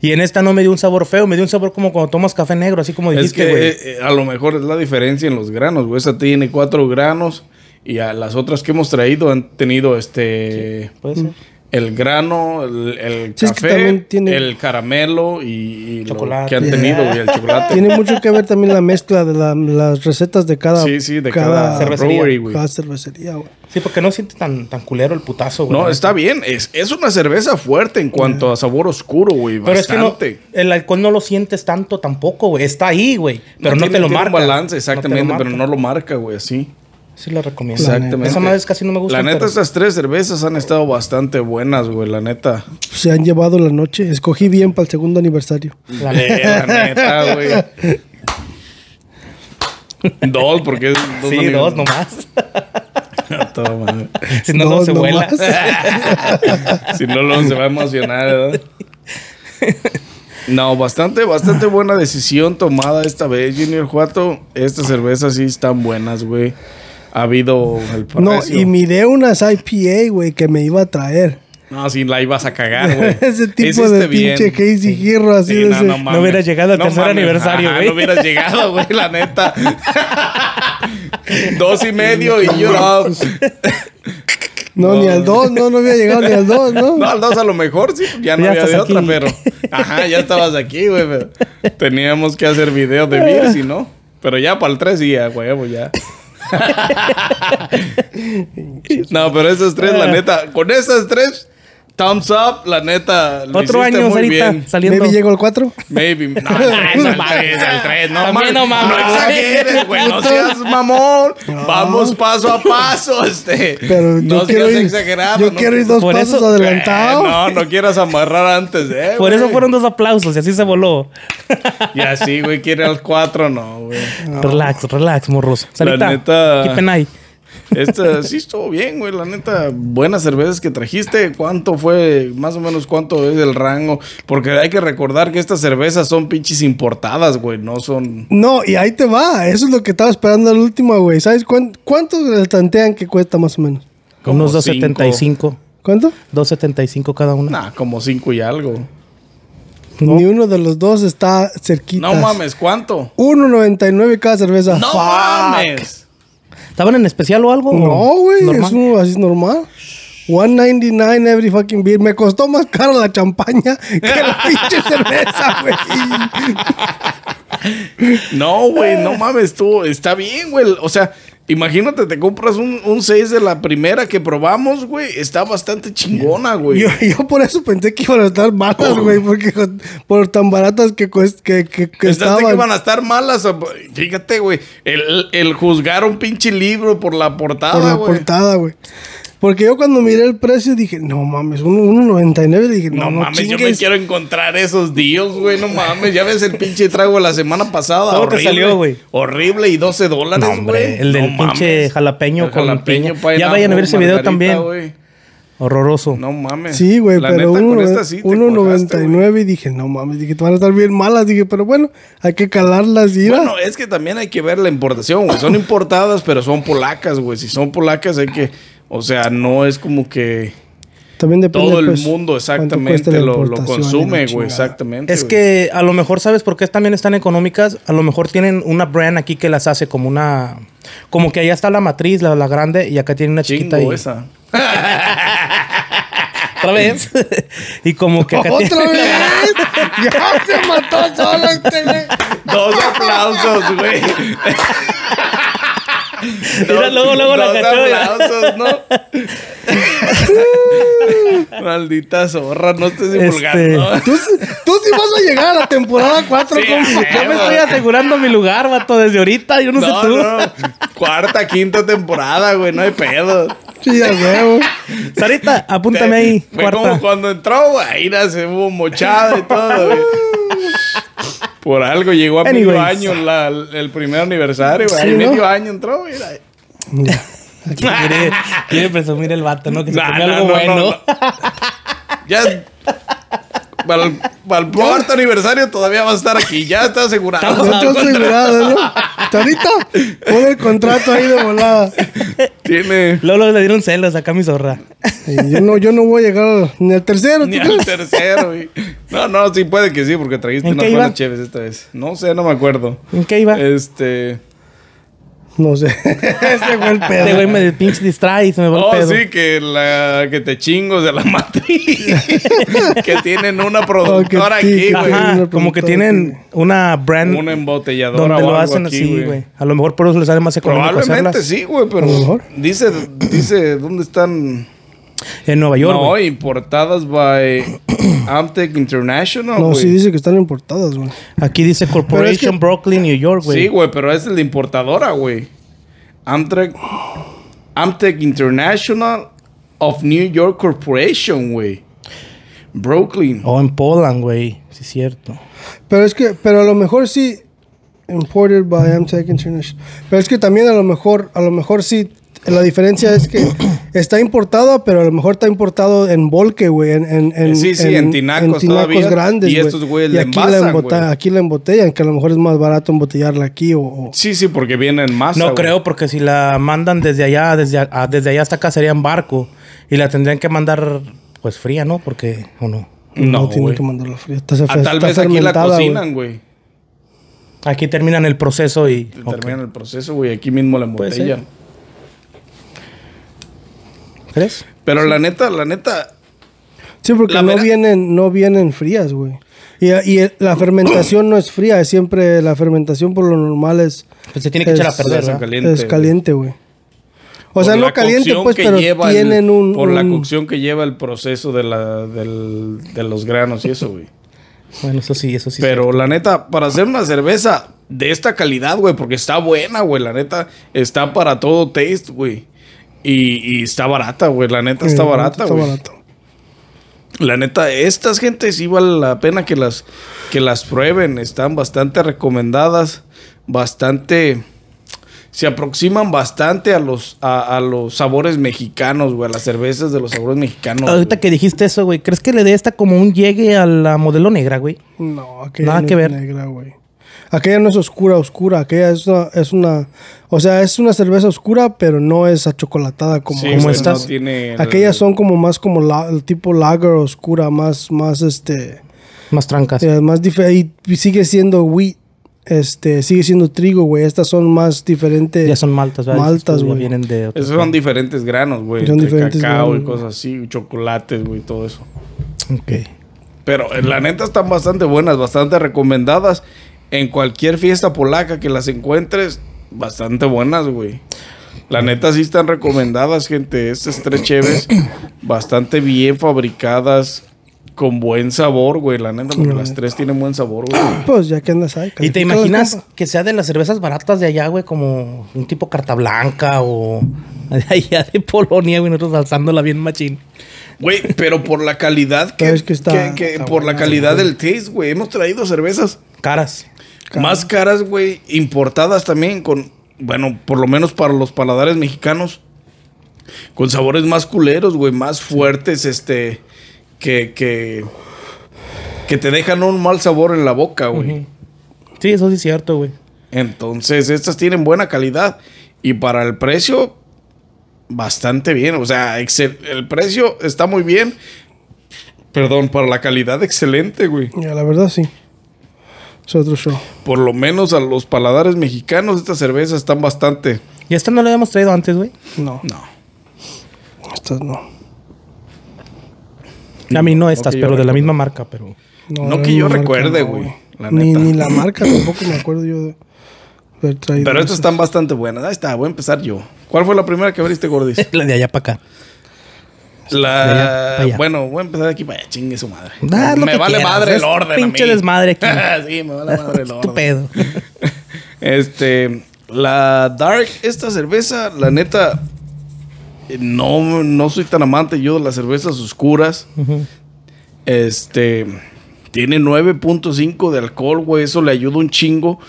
[SPEAKER 2] Y en esta no me dio un sabor feo, me dio un sabor como cuando tomas café negro, así como
[SPEAKER 3] Es
[SPEAKER 2] dijiste,
[SPEAKER 3] que
[SPEAKER 2] güey.
[SPEAKER 3] eh, eh, a lo mejor es la diferencia en los granos, güey. Esa tiene cuatro granos y a las otras que hemos traído han tenido este
[SPEAKER 2] Puede ser.
[SPEAKER 3] el grano, el, el
[SPEAKER 1] Sí, es que
[SPEAKER 3] café,
[SPEAKER 1] también tiene-
[SPEAKER 3] el caramelo y, y lo
[SPEAKER 2] Chocolate.
[SPEAKER 3] que han tenido y el chocolate.
[SPEAKER 1] Tiene mucho que ver también la mezcla de la- las recetas de cada.
[SPEAKER 3] Sí, sí, de cada,
[SPEAKER 2] cervecería.
[SPEAKER 3] brewery, güey.
[SPEAKER 1] cada cervecería, güey.
[SPEAKER 2] Sí, porque no siente tan, tan culero el putazo, güey.
[SPEAKER 3] No, está bien. Es, es una cerveza fuerte en cuanto a sabor oscuro, güey.
[SPEAKER 2] Pero es que no-
[SPEAKER 3] Bastante.
[SPEAKER 2] el alcohol no lo sientes tanto tampoco, güey. Está ahí, güey. Pero no,
[SPEAKER 3] tiene-
[SPEAKER 2] te lo
[SPEAKER 3] tiene
[SPEAKER 2] marca.
[SPEAKER 3] un balance, exactamente,
[SPEAKER 2] No te lo
[SPEAKER 3] pero
[SPEAKER 2] marca.
[SPEAKER 3] no lo marca, güey, así.
[SPEAKER 2] Sí, la recomiendo.
[SPEAKER 3] Exactamente.
[SPEAKER 2] Esa madre casi no me gusta.
[SPEAKER 3] La neta,
[SPEAKER 2] pero-
[SPEAKER 3] estas tres cervezas han estado bastante buenas, güey, la neta.
[SPEAKER 1] Se han llevado la noche. Escogí bien para el segundo aniversario.
[SPEAKER 2] La neta.
[SPEAKER 3] Eh, la neta, güey. Dos, porque es dos
[SPEAKER 2] Sí, dos
[SPEAKER 3] amigos.
[SPEAKER 2] nomás.
[SPEAKER 3] Todo mal.
[SPEAKER 2] Si no, no
[SPEAKER 1] Dos
[SPEAKER 2] se vuela.
[SPEAKER 1] nomás.
[SPEAKER 3] Ah, Si no, luego se va a emocionar, ¿verdad? No, bastante, bastante buena decisión tomada esta vez, Junior Juato. Estas cervezas sí están buenas, güey. Ha habido el precio.
[SPEAKER 1] No, y miré unas IPA, güey, que me iba a traer.
[SPEAKER 3] No, sí, la ibas a cagar, Ah, güey.
[SPEAKER 1] Ese tipo
[SPEAKER 3] Hiciste
[SPEAKER 1] de pinche
[SPEAKER 3] bien.
[SPEAKER 1] Casey Girro así
[SPEAKER 3] Sí,
[SPEAKER 1] de
[SPEAKER 3] no,
[SPEAKER 1] ese.
[SPEAKER 3] no mames.
[SPEAKER 2] hubiera llegado al tercer aniversario,
[SPEAKER 3] Ajá,
[SPEAKER 2] güey.
[SPEAKER 3] No hubieras llegado, güey, la neta. Dos y medio y yo no.
[SPEAKER 1] No, ni al 2, no, no había llegado ni al 2, ¿no?
[SPEAKER 3] No, al dos a lo mejor sí, ya no
[SPEAKER 2] Ya
[SPEAKER 3] había de
[SPEAKER 2] estás
[SPEAKER 3] otra,
[SPEAKER 2] aquí.
[SPEAKER 3] pero. Ajá, ya estabas aquí, güey, pero teníamos que hacer video de mí, si no. Pero ya para el tres y ya, huevo, ya. no, pero esas tres,
[SPEAKER 2] Ah.
[SPEAKER 3] la neta, con esas tres, thumbs up, la neta, lo
[SPEAKER 2] Otro
[SPEAKER 3] hiciste
[SPEAKER 2] año,
[SPEAKER 3] muy
[SPEAKER 2] Sarita,
[SPEAKER 3] bien.
[SPEAKER 2] saliendo.
[SPEAKER 1] Maybe llegó al 4.
[SPEAKER 3] Maybe. No, no, es al 3, al 3. No,
[SPEAKER 2] También
[SPEAKER 3] mames.
[SPEAKER 2] no
[SPEAKER 3] No,
[SPEAKER 2] mames.
[SPEAKER 3] exageres, güey. No seas mamón. Vamos paso a paso, este.
[SPEAKER 1] Pero
[SPEAKER 3] no
[SPEAKER 1] yo quiero
[SPEAKER 3] seas
[SPEAKER 1] ir.
[SPEAKER 3] exagerado.
[SPEAKER 1] yo
[SPEAKER 3] no-
[SPEAKER 1] quiero ir dos
[SPEAKER 2] Por
[SPEAKER 1] pasos
[SPEAKER 2] eso-
[SPEAKER 1] adelantado.
[SPEAKER 3] Eh, no, no quieras amarrar antes, eh.
[SPEAKER 2] Por eso
[SPEAKER 3] güey.
[SPEAKER 2] fueron dos aplausos y así se voló.
[SPEAKER 3] Y así, güey, quiere al 4, no, güey.
[SPEAKER 2] Relax, relax, morros. Sarita,
[SPEAKER 3] neta-
[SPEAKER 2] Qué pena hay.
[SPEAKER 3] Esta sí estuvo bien, güey. La neta, buenas cervezas que trajiste. ¿Cuánto fue? Más o menos cuánto es el rango. Porque hay que recordar que estas cervezas son pinches importadas, güey. No son.
[SPEAKER 1] No, y ahí te va. Eso es lo que estaba esperando al último, güey. ¿Sabes cuán- cuánto le tantean que cuesta más o menos?
[SPEAKER 3] Como
[SPEAKER 2] Unos 275.
[SPEAKER 1] ¿Cuánto?
[SPEAKER 2] 275 cada una.
[SPEAKER 3] Nah, como cinco y algo.
[SPEAKER 1] Ni uno de los dos está cerquita.
[SPEAKER 3] No mames, ¿cuánto?
[SPEAKER 1] 1.99 cada cerveza.
[SPEAKER 3] No
[SPEAKER 1] Fuck.
[SPEAKER 3] mames.
[SPEAKER 2] ¿Estaban en especial o algo?
[SPEAKER 1] No, güey.
[SPEAKER 2] Normal.
[SPEAKER 1] Es un, así es normal. 1.99 every fucking beer. Me costó más cara la champaña que la pinche cerveza, güey.
[SPEAKER 3] No, güey,
[SPEAKER 2] Eh.
[SPEAKER 3] no mames, tú. Está bien, güey. O sea, imagínate, te compras un, un 6 de la primera que probamos, güey. Está bastante chingona, güey.
[SPEAKER 1] Yo, yo por eso pensé que iban a estar malas, güey. Porque con- por tan baratas que, cuest- que, que, que
[SPEAKER 3] Pensaste que
[SPEAKER 1] estaban.
[SPEAKER 3] iban a estar malas. o- Fíjate, güey. El, el juzgar un pinche libro por la
[SPEAKER 1] por la
[SPEAKER 3] portada, güey.
[SPEAKER 1] portada, güey. Porque yo cuando miré el precio dije, no mames, un- 1.99. Dije, no,
[SPEAKER 3] No,
[SPEAKER 1] no,
[SPEAKER 3] mames, yo me
[SPEAKER 1] chingues.
[SPEAKER 3] quiero encontrar esos días, güey. No mames, ya ves el pinche trago de la semana pasada.
[SPEAKER 2] ¿Cómo te
[SPEAKER 3] horrible,
[SPEAKER 2] salió, güey?
[SPEAKER 3] Horrible y 12 dólares,
[SPEAKER 2] No,
[SPEAKER 3] güey.
[SPEAKER 2] hombre, el del
[SPEAKER 3] No
[SPEAKER 2] pinche
[SPEAKER 3] mames.
[SPEAKER 2] jalapeño
[SPEAKER 3] El
[SPEAKER 2] con piña.
[SPEAKER 3] pineapple,
[SPEAKER 2] Ya vayan a ver ese video
[SPEAKER 3] margarita,
[SPEAKER 2] también.
[SPEAKER 3] güey.
[SPEAKER 2] Horroroso.
[SPEAKER 3] No mames.
[SPEAKER 1] Sí, güey,
[SPEAKER 3] La
[SPEAKER 1] pero
[SPEAKER 3] neta, con
[SPEAKER 1] uno-
[SPEAKER 3] esta sí te colgaste, güey.
[SPEAKER 1] 1.99 y dije, no mames, dije, van a estar bien malas. Dije, pero bueno, hay que calarlas y ir
[SPEAKER 3] Bueno, es que también hay que ver la importación, güey. Son importadas, pero son polacas, güey. Si son polacas, hay que. O sea, no es como que.
[SPEAKER 1] También depende
[SPEAKER 3] Todo el
[SPEAKER 1] pues, cuánto
[SPEAKER 3] mundo
[SPEAKER 1] cueste
[SPEAKER 3] exactamente
[SPEAKER 1] la
[SPEAKER 3] lo, lo
[SPEAKER 1] importación y la
[SPEAKER 3] consume, güey.
[SPEAKER 1] chingada.
[SPEAKER 3] Exactamente.
[SPEAKER 2] Es
[SPEAKER 3] güey.
[SPEAKER 2] que a lo mejor, ¿sabes por qué también están económicas? A lo mejor tienen una brand aquí que las hace como una... Como que allá está la matriz, la, la grande, y acá tiene una chiquita.
[SPEAKER 3] Chingo
[SPEAKER 2] y-
[SPEAKER 3] esa.
[SPEAKER 2] Otra vez. y como que acá tiene...
[SPEAKER 1] ¡Otra vez! ¡Ya se mató solo este güey!
[SPEAKER 3] Dos aplausos, güey.
[SPEAKER 2] Mira, luego, luego la
[SPEAKER 3] dos
[SPEAKER 2] cachó, mira.
[SPEAKER 3] aplausos, ¿no? Maldita zorra, no estés divulgando.
[SPEAKER 1] Tú, tú sí vas a llegar a la temporada 4,
[SPEAKER 3] Sí,
[SPEAKER 1] compa.
[SPEAKER 3] sí.
[SPEAKER 2] Yo me estoy asegurando mi lugar, vato, desde ahorita. Yo no, sé
[SPEAKER 3] No,
[SPEAKER 2] tú.
[SPEAKER 3] no. Cuarta, quinta temporada, güey. No hay pedo.
[SPEAKER 1] Sí, a huevo.
[SPEAKER 2] Sarita, apúntame ahí.
[SPEAKER 3] Fue como
[SPEAKER 2] Cuarta.
[SPEAKER 3] cuando entró, güey. Ahí la- se hubo mochada y todo, güey. Por algo llegó a medio
[SPEAKER 2] Anyways.
[SPEAKER 3] año la- el primer aniversario, güey. Ahí
[SPEAKER 1] Sí, ¿no?
[SPEAKER 3] medio año entró, mira.
[SPEAKER 2] Quiere, quiere presumir el vato, ¿no? Que se
[SPEAKER 3] Nah,
[SPEAKER 2] comió
[SPEAKER 3] nah,
[SPEAKER 2] algo
[SPEAKER 3] no, no,
[SPEAKER 2] bueno.
[SPEAKER 3] no. Ya. Para el, para el cuarto aniversario todavía vas a estar aquí. Ya está asegurado.
[SPEAKER 1] No te has asegurado, ¿no? Hasta ahorita pon el contrato ahí de volada.
[SPEAKER 3] Tiene
[SPEAKER 2] Luego, luego le dieron celos acá a mi zorra.
[SPEAKER 1] Y Yo no, yo no voy a llegar ni al tercero.
[SPEAKER 3] ni
[SPEAKER 1] ¿tú
[SPEAKER 3] al
[SPEAKER 1] crees?
[SPEAKER 3] tercero, güey. No, no, sí puede que sí, porque trajiste
[SPEAKER 2] ¿En
[SPEAKER 3] unas
[SPEAKER 2] qué iba?
[SPEAKER 3] buenas chéves esta vez. No sé, no me acuerdo.
[SPEAKER 2] ¿En qué iba?
[SPEAKER 3] Este.
[SPEAKER 1] No sé. Ese fue el
[SPEAKER 2] Este güey
[SPEAKER 1] pedo.
[SPEAKER 2] me pinche distrae y se me va el
[SPEAKER 3] Oh,
[SPEAKER 2] pedo.
[SPEAKER 3] sí, que la que te chingos de la matriz. que tienen una productora
[SPEAKER 1] Oh, que
[SPEAKER 3] aquí,
[SPEAKER 1] sí,
[SPEAKER 3] güey.
[SPEAKER 1] Una
[SPEAKER 2] Ajá, como
[SPEAKER 1] pregunta
[SPEAKER 2] que
[SPEAKER 1] de
[SPEAKER 2] tienen una brand
[SPEAKER 3] Una embotelladora
[SPEAKER 2] donde
[SPEAKER 3] o
[SPEAKER 2] lo
[SPEAKER 3] algo
[SPEAKER 2] hacen
[SPEAKER 3] aquí,
[SPEAKER 2] así,
[SPEAKER 3] güey.
[SPEAKER 2] güey. A lo mejor por eso les sale más económico
[SPEAKER 3] Probablemente
[SPEAKER 2] hacerlas.
[SPEAKER 3] sí, güey, pero
[SPEAKER 1] A lo mejor.
[SPEAKER 3] dice, dice dónde están.
[SPEAKER 2] En Nueva York,
[SPEAKER 3] No,
[SPEAKER 2] güey.
[SPEAKER 3] importadas by Amtec International,
[SPEAKER 1] No,
[SPEAKER 3] güey.
[SPEAKER 1] sí dice que están importadas, güey.
[SPEAKER 2] Aquí dice Corporation
[SPEAKER 1] Pero es que-
[SPEAKER 2] Brooklyn, New York, güey.
[SPEAKER 3] Sí, güey, pero es la importadora, güey. Amtec, Amtec International of New York Corporation, güey. Brooklyn.
[SPEAKER 2] O Oh, en Poland, güey. Sí, es cierto.
[SPEAKER 1] Pero es que, pero a lo mejor sí. Imported by Amtech International. Pero es que también a lo mejor, a lo mejor sí. La diferencia es que está importada, pero a lo mejor está importado en volque, güey. En, en, en,
[SPEAKER 3] Sí, sí, en tinacos todavía.
[SPEAKER 1] grandes,
[SPEAKER 3] Y
[SPEAKER 1] güey.
[SPEAKER 3] estos, güey,
[SPEAKER 1] Y
[SPEAKER 3] la
[SPEAKER 1] aquí, la
[SPEAKER 3] envasan,
[SPEAKER 1] embota-
[SPEAKER 3] güey.
[SPEAKER 1] aquí la embotellan, que a lo mejor es más barato embotellarla aquí o... o-
[SPEAKER 3] Sí, sí, porque vienen más.
[SPEAKER 2] No creo, porque si la mandan desde allá, desde, a- a- desde allá hasta acá sería en barco. Y la tendrían que mandar, pues fría, ¿no? Porque, o no.
[SPEAKER 3] No,
[SPEAKER 1] tienen
[SPEAKER 3] güey.
[SPEAKER 1] que mandarla fría. Está, fe-
[SPEAKER 3] Ah, tal
[SPEAKER 1] está
[SPEAKER 3] vez aquí la
[SPEAKER 1] fermentada, güey.
[SPEAKER 3] cocinan, güey.
[SPEAKER 2] Aquí terminan el proceso y. ok.
[SPEAKER 3] Terminan el proceso, güey. Aquí mismo la
[SPEAKER 2] Puede ser.
[SPEAKER 3] embotellan.
[SPEAKER 2] ¿Crees?
[SPEAKER 3] Pero la neta, la neta,
[SPEAKER 1] Sí, porque
[SPEAKER 3] La
[SPEAKER 1] no
[SPEAKER 3] vera-
[SPEAKER 1] vienen, no vienen frías, güey. Y, y el- la fermentación no es fría, es siempre la fermentación por lo normal es...
[SPEAKER 2] Pues se tiene que echar a perder,
[SPEAKER 3] es-
[SPEAKER 2] ¿verdad?
[SPEAKER 3] caliente,
[SPEAKER 1] Es
[SPEAKER 3] güey.
[SPEAKER 1] caliente, güey. O sea,
[SPEAKER 3] por
[SPEAKER 1] no
[SPEAKER 3] la
[SPEAKER 1] caliente,
[SPEAKER 3] cocción
[SPEAKER 1] pues,
[SPEAKER 3] que
[SPEAKER 1] pero
[SPEAKER 3] lleva el-
[SPEAKER 1] tienen un...
[SPEAKER 3] Por la
[SPEAKER 1] un-
[SPEAKER 3] cocción que lleva el proceso de, la, del- de los granos y eso, güey.
[SPEAKER 2] Bueno, eso sí, eso sí.
[SPEAKER 3] Pero la neta, para hacer una cerveza de esta calidad, güey, porque está buena, güey. La neta, está para todo taste, güey. Y, y está barata, güey. La neta
[SPEAKER 1] eh,
[SPEAKER 3] está barata,
[SPEAKER 1] está
[SPEAKER 3] güey.
[SPEAKER 1] barato.
[SPEAKER 3] La neta, estas gentes sí vale la pena que las, que las prueben. Están bastante recomendadas, bastante... se aproximan bastante a los, a, a los sabores mexicanos, güey, a las cervezas de los sabores mexicanos.
[SPEAKER 2] Ahorita
[SPEAKER 3] güey.
[SPEAKER 2] que dijiste eso, güey, ¿crees que le dé esta como un llegue a la modelo negra, güey?
[SPEAKER 1] No, aquella
[SPEAKER 2] Nada
[SPEAKER 1] no
[SPEAKER 2] que
[SPEAKER 1] es
[SPEAKER 2] ver.
[SPEAKER 1] negra, güey. Aquella no es oscura, oscura. Aquella es una, es una... O sea, es una cerveza oscura, pero no es achocolatada como,
[SPEAKER 3] Sí,
[SPEAKER 1] como
[SPEAKER 3] güey,
[SPEAKER 1] estas.
[SPEAKER 3] no tiene el-
[SPEAKER 1] Aquellas son como más como la- el tipo lager oscura, más, más este...
[SPEAKER 2] Más trancas.
[SPEAKER 1] eh, más diferente. Y sigue siendo wheat. Este, sigue siendo trigo, güey. Estas son más diferentes.
[SPEAKER 2] Ya son maltas, ¿verdad?
[SPEAKER 1] Maltas,
[SPEAKER 2] Ya
[SPEAKER 1] güey.
[SPEAKER 2] Vienen de otros-
[SPEAKER 3] Esos son diferentes granos, güey.
[SPEAKER 1] Son
[SPEAKER 3] entre
[SPEAKER 1] diferentes
[SPEAKER 3] cacao
[SPEAKER 1] granos,
[SPEAKER 3] y
[SPEAKER 1] güey.
[SPEAKER 3] cosas así, chocolates, güey, todo eso.
[SPEAKER 2] Ok.
[SPEAKER 3] Pero eh, la neta están bastante buenas, bastante recomendadas. En cualquier fiesta polaca que las encuentres, bastante buenas, güey. La neta sí están recomendadas, gente. Estas tres cheves, bastante bien fabricadas, con buen sabor, güey. La neta, porque las tres tienen buen sabor, güey.
[SPEAKER 1] Pues ya que andas ahí.
[SPEAKER 2] ¿Y te
[SPEAKER 1] califícalas,
[SPEAKER 2] imaginas
[SPEAKER 1] compa.
[SPEAKER 2] que sea de las cervezas baratas de allá, güey? Como un tipo carta blanca o de allá de Polonia, güey, nosotros alzándola bien machín.
[SPEAKER 3] Güey, pero por la calidad que,
[SPEAKER 1] Pero es que está-
[SPEAKER 3] que- que-
[SPEAKER 1] está
[SPEAKER 3] por la
[SPEAKER 1] buena,
[SPEAKER 3] calidad del taste, güey. Hemos traído cervezas
[SPEAKER 2] Caras.
[SPEAKER 3] Más caras, güey, importadas también con, bueno, por lo menos para los paladares mexicanos, con sabores más culeros, güey, más fuertes, este, que, que, que te dejan un mal sabor en la boca, güey.
[SPEAKER 2] Sí, eso sí es cierto, güey.
[SPEAKER 3] Entonces, estas tienen buena calidad y para el precio, bastante bien. O sea, excel- el precio está muy bien. Perdón, para la calidad excelente, güey.
[SPEAKER 1] Ya, la verdad, sí. Es otro show.
[SPEAKER 3] Por lo menos a los paladares mexicanos, estas cervezas están bastante...
[SPEAKER 2] Y esta no la habíamos traído antes, güey.
[SPEAKER 1] No,
[SPEAKER 3] No.
[SPEAKER 1] estas no.
[SPEAKER 2] A mí no estas,
[SPEAKER 3] que yo
[SPEAKER 2] pero de la misma marca, pero.
[SPEAKER 3] No que
[SPEAKER 1] es
[SPEAKER 3] yo
[SPEAKER 1] una marca,
[SPEAKER 3] recuerde,
[SPEAKER 1] no,
[SPEAKER 3] güey, la
[SPEAKER 1] Ni,
[SPEAKER 3] neta.
[SPEAKER 1] ni la marca tampoco me acuerdo yo de haber traído.
[SPEAKER 3] Pero estas
[SPEAKER 1] esas.
[SPEAKER 3] están bastante buenas. Ahí está, voy a empezar yo. ¿Cuál fue la primera que abriste, Gordis?
[SPEAKER 2] la de allá para acá.
[SPEAKER 3] La.
[SPEAKER 2] De allá pa' allá.
[SPEAKER 3] Bueno, voy a empezar aquí para allá. Chingue su madre.
[SPEAKER 2] Da lo
[SPEAKER 3] me
[SPEAKER 2] que
[SPEAKER 3] vale
[SPEAKER 2] quieras,
[SPEAKER 3] madre
[SPEAKER 2] es
[SPEAKER 3] el orden.
[SPEAKER 2] pinche
[SPEAKER 3] a mí.
[SPEAKER 2] desmadre aquí.
[SPEAKER 3] sí, me vale madre el orden.
[SPEAKER 2] Estupendo.
[SPEAKER 3] Este. La Dark, esta cerveza, la neta. eh, No, no soy tan amante yo de las cervezas oscuras. Este. Tiene 9.5 de alcohol, güey. Eso le ayuda un chingo.